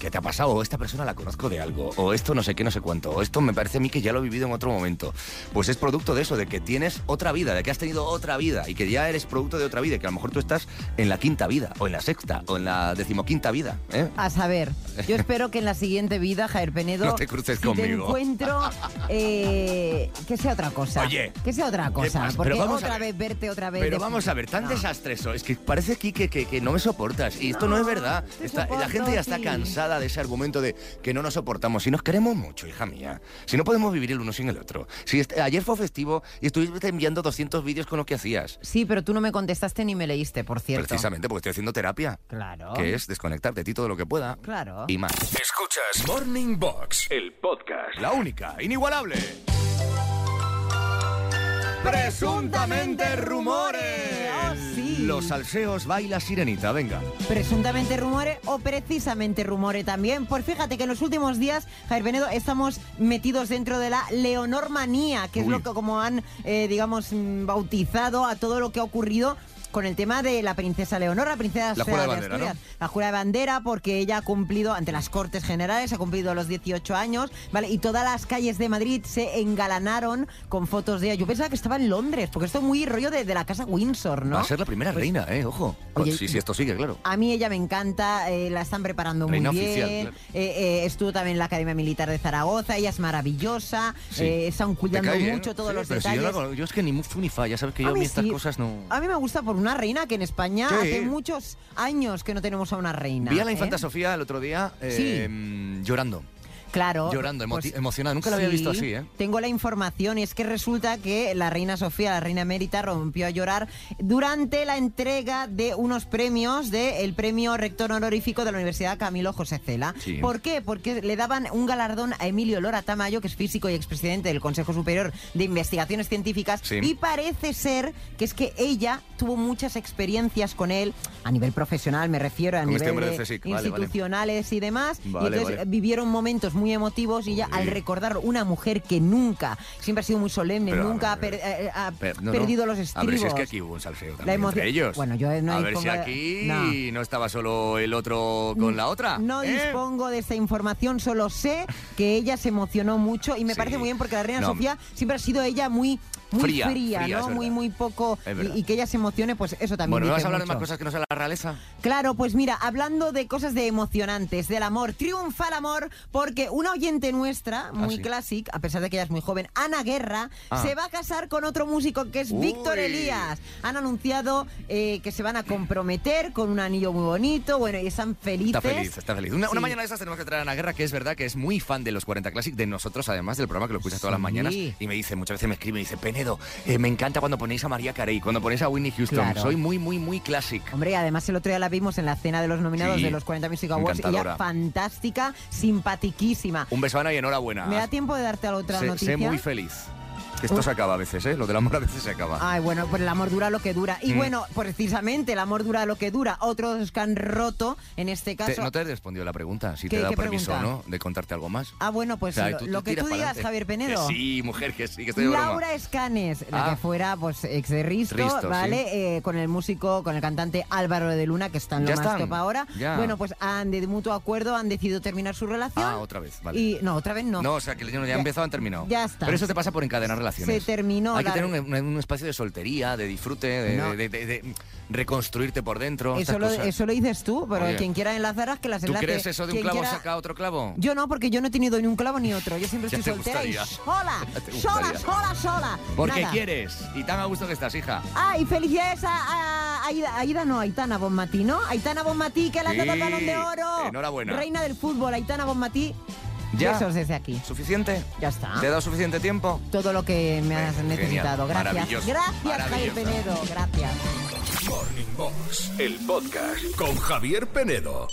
Speaker 2: que te ha pasado, o esta persona la conozco de algo, o esto no sé qué, no sé cuánto, o esto me parece a mí que ya lo he vivido en otro momento, pues es producto de eso, de que tienes otra vida, de que has tenido otra vida y que ya eres producto de otra vida, y que a lo mejor tú estás en la quinta vida, o en la sexta, o en la decimoquinta vida. ¿eh?
Speaker 4: A saber, yo espero que en la siguiente vida, Jair Penedo,
Speaker 2: No te cruces
Speaker 4: si te
Speaker 2: conmigo.
Speaker 4: encuentro, eh, que sea otra cosa.
Speaker 2: Oye,
Speaker 4: que sea otra cosa.
Speaker 2: pasa?
Speaker 4: Porque
Speaker 2: Pero vamos a
Speaker 4: otra
Speaker 2: ver.
Speaker 4: vez verte otra vez.
Speaker 2: Pero
Speaker 4: de-
Speaker 2: vamos a ver, tan
Speaker 4: No.
Speaker 2: desastroso. Es que parece aquí que, que, que no me soportas. Y esto no, es verdad. Está- la
Speaker 4: soporto,
Speaker 2: gente ya está
Speaker 4: sí.
Speaker 2: cansada de ese argumento de que no nos soportamos. Si nos queremos mucho, hija mía. Si no podemos vivir el uno sin el otro. Si este- ayer fue festivo y estuviste enviando 200 vídeos con lo que hacías.
Speaker 4: Sí, pero tú no me contestaste ni me leíste, por cierto.
Speaker 2: Precisamente porque estoy haciendo terapia.
Speaker 4: Claro.
Speaker 2: Que es desconectar de ti todo lo que pueda.
Speaker 4: Claro.
Speaker 2: Y más.
Speaker 1: Escuchas Morning Box, el podcast.
Speaker 2: La única, inigualable.
Speaker 4: Presuntamente rumores.
Speaker 2: Los salseos baila sirenita, venga.
Speaker 4: Presuntamente rumore o precisamente rumore también. Pues fíjate que en los últimos días, Javier Benedo, estamos metidos dentro de la leonormanía, que es
Speaker 2: Uy.
Speaker 4: lo que como han, eh, digamos, mm, bautizado a todo lo que ha ocurrido con el tema de la princesa Leonor, la princesa
Speaker 2: La jura de bandera,
Speaker 4: Asturias. La jura de bandera, porque ella ha cumplido, ante las Cortes Generales, ha cumplido los 18 años, ¿vale? Y todas las calles de Madrid se engalanaron con fotos de ella. Yo pensaba que estaba en Londres, porque esto es muy rollo de, de la casa Windsor, ¿no? Pues
Speaker 2: Va a ser la primera reina, eh, ojo. sí, sí, esto sigue, claro.
Speaker 4: A mí ella me encanta, eh, la están preparando
Speaker 2: Reina
Speaker 4: muy bien.
Speaker 2: oficial, claro.
Speaker 4: eh, eh, estuvo también en la Academia Militar de Zaragoza, ella es maravillosa,
Speaker 2: Sí.
Speaker 4: eh, están cuidando
Speaker 2: Me cae bien.
Speaker 4: mucho todos
Speaker 2: Sí,
Speaker 4: los
Speaker 2: pero si yo,
Speaker 4: detalles.
Speaker 2: no hago- yo es que ni mucho ni fa, ya sabes que yo
Speaker 4: A
Speaker 2: a mí
Speaker 4: mí
Speaker 2: estas
Speaker 4: sí.
Speaker 2: cosas no...
Speaker 4: A mí me gusta por una reina que en España
Speaker 2: Sí.
Speaker 4: hace muchos años que no tenemos a una reina.
Speaker 2: Vi a la
Speaker 4: ¿eh?
Speaker 2: infanta Sofía el otro día eh, llorando.
Speaker 4: Claro.
Speaker 2: Llorando, emoti-
Speaker 4: pues,
Speaker 2: emocionada. Nunca la había
Speaker 4: sí,
Speaker 2: visto así, ¿eh?
Speaker 4: Tengo la información y es que resulta que la reina Sofía, la reina emérita, rompió a llorar durante la entrega de unos premios del premio rector honorífico de la Universidad Camilo José Cela.
Speaker 3: Sí.
Speaker 4: ¿Por qué? Porque le daban un galardón a Emilio Lora Tamayo, que es físico y expresidente del Consejo Superior de Investigaciones Científicas,
Speaker 3: Sí.
Speaker 4: y parece ser que es que ella tuvo muchas experiencias con él a nivel profesional, me refiero, a
Speaker 2: Con este
Speaker 4: nivel
Speaker 2: hombre
Speaker 4: de
Speaker 2: de CSIC, vale, vale.
Speaker 4: institucionales y demás.
Speaker 2: Vale,
Speaker 4: y entonces
Speaker 2: vale.
Speaker 4: vivieron momentos muy emotivos y ya al recordar una mujer que nunca, siempre ha sido muy solemne,
Speaker 2: Pero, a
Speaker 4: nunca ha,
Speaker 2: ver,
Speaker 4: per- eh, eh, ha
Speaker 2: Pero- no, no.
Speaker 4: perdido los estribos.
Speaker 2: A ver si es que aquí hubo un salseo también
Speaker 4: emoción-
Speaker 2: entre ellos.
Speaker 4: Bueno, yo no
Speaker 2: a ver si
Speaker 4: dispongo de-
Speaker 2: aquí
Speaker 4: no.
Speaker 2: no. estaba solo el otro con la otra.
Speaker 4: No
Speaker 2: ¿eh?
Speaker 4: dispongo de esta información, solo sé que ella se emocionó mucho y me
Speaker 2: Sí.
Speaker 4: parece muy bien porque la reina
Speaker 2: No.
Speaker 4: Sofía siempre ha sido ella muy, muy
Speaker 2: Fría,
Speaker 4: fría,
Speaker 2: fría, es
Speaker 4: ¿no? Muy,
Speaker 2: verdad.
Speaker 4: muy poco.
Speaker 2: Es verdad.
Speaker 4: Y, y que ella se emocione, pues eso también.
Speaker 2: Bueno, ¿me
Speaker 4: dice
Speaker 2: vas a hablar de
Speaker 4: mucho.
Speaker 2: más cosas que no sea la realeza?
Speaker 4: Claro, pues mira, hablando de cosas de emocionantes, del amor, triunfa el amor, porque una oyente
Speaker 2: Ah,
Speaker 4: nuestra, muy
Speaker 3: sí.
Speaker 4: clásica, a pesar de que ella es muy joven, Ana Guerra,
Speaker 3: Ah.
Speaker 4: se va a casar con otro músico que es
Speaker 3: Uy.
Speaker 4: Víctor Elías. Han anunciado eh, que se van a comprometer con un anillo muy bonito, bueno, y están felices.
Speaker 2: Está feliz, está feliz. Una, una
Speaker 4: Sí.
Speaker 2: mañana de esas tenemos que traer a Ana Guerra, que es verdad que es muy fan de los 40 Classic, de nosotros además, del programa que lo escuchas todas las mañanas. Y me dice, muchas veces me escribe y dice, Penedo, eh, me encanta cuando ponéis a María Carey, cuando ponéis a Whitney Houston.
Speaker 4: Claro.
Speaker 2: Soy muy, muy, muy classic.
Speaker 4: Hombre, y además el otro día la vimos en la cena de los nominados
Speaker 2: Sí.
Speaker 4: de los 40 Music Awards.
Speaker 2: Encantadora.
Speaker 4: Ella fantástica, simpatiquísima.
Speaker 2: Un beso, Ana, y enhorabuena.
Speaker 4: ¿Me da tiempo de darte la otra
Speaker 2: sé,
Speaker 4: noticia? Uh.
Speaker 2: sé muy feliz. Que esto se acaba a veces, ¿eh? Lo del amor a veces se acaba.
Speaker 4: Ay, bueno, pues el amor dura lo que dura. Y
Speaker 2: Mm.
Speaker 4: bueno, precisamente el amor dura lo que dura. Otros que han roto, en este
Speaker 2: Te-
Speaker 4: caso.
Speaker 2: no te he respondido la pregunta, si te
Speaker 4: ¿Qué-
Speaker 2: he dado
Speaker 4: qué
Speaker 2: permiso o no
Speaker 4: pregunta?
Speaker 2: de contarte algo más.
Speaker 4: Ah, bueno, pues
Speaker 2: O sea,
Speaker 4: lo, lo que
Speaker 2: tiras
Speaker 4: tú
Speaker 2: pa'lante.
Speaker 4: digas, Javier Penedo.
Speaker 2: Que sí, mujer, que sí, que estoy de broma.
Speaker 4: Laura Escanes, la
Speaker 2: Ah.
Speaker 4: que fuera pues ex de Risto,
Speaker 2: Risto,
Speaker 4: ¿vale?
Speaker 2: sí.
Speaker 4: Eh, con el músico, con el cantante Álvaro de Luna, que están
Speaker 2: Ya
Speaker 4: lo más
Speaker 2: están,
Speaker 4: top ahora.
Speaker 2: ya.
Speaker 4: Bueno, pues han de mutuo acuerdo, han decidido terminar su relación.
Speaker 2: Ah, otra vez, vale.
Speaker 4: Y no, otra vez no.
Speaker 2: no. o sea, que ya,
Speaker 4: Ya-
Speaker 2: han empezado, han terminado.
Speaker 4: ya está.
Speaker 2: Pero eso te pasa por encadenar relaciones.
Speaker 4: Se terminó
Speaker 2: Hay que
Speaker 4: la-
Speaker 2: tener un, un- un espacio de soltería, de disfrute, de,
Speaker 4: No.
Speaker 2: de- de- de reconstruirte por dentro.
Speaker 4: eso,
Speaker 2: estas
Speaker 4: lo,
Speaker 2: cosas.
Speaker 4: eso lo dices tú, pero
Speaker 2: Oye.
Speaker 4: quien quiera enlazarás que las
Speaker 2: ¿Tú
Speaker 4: enlace.
Speaker 2: crees eso de un
Speaker 4: Quien
Speaker 2: clavo
Speaker 4: quiera-
Speaker 2: saca otro clavo?
Speaker 4: Yo no, porque yo no he tenido ni un clavo ni otro. Yo siempre
Speaker 2: Ya
Speaker 4: estoy
Speaker 2: te
Speaker 4: soltera y
Speaker 2: gustaría.
Speaker 4: sola,
Speaker 2: Ya te
Speaker 4: sola,
Speaker 2: gustaría.
Speaker 4: sola, sola.
Speaker 2: Porque
Speaker 4: Nada.
Speaker 2: quieres. Y tan a gusto que estás, hija.
Speaker 4: Ah, y felicidades a, a- a Aida, Aida no, Aitana Bonmatí, ¿no? Aitana Bonmatí, que la ha dado
Speaker 2: Sí,
Speaker 4: el balón de oro.
Speaker 2: enhorabuena.
Speaker 4: Reina del fútbol, Aitana Bonmatí.
Speaker 2: ¿Ya?
Speaker 4: Besos desde aquí.
Speaker 2: ¿Suficiente?
Speaker 4: Ya está.
Speaker 2: ¿Te he dado suficiente tiempo?
Speaker 4: Todo lo que me has
Speaker 2: genial,
Speaker 4: necesitado. Gracias.
Speaker 2: maravilloso,
Speaker 4: Gracias, Javier
Speaker 2: maravilloso.
Speaker 4: Penedo. Gracias.
Speaker 1: Morning Box, el podcast con Javier Penedo.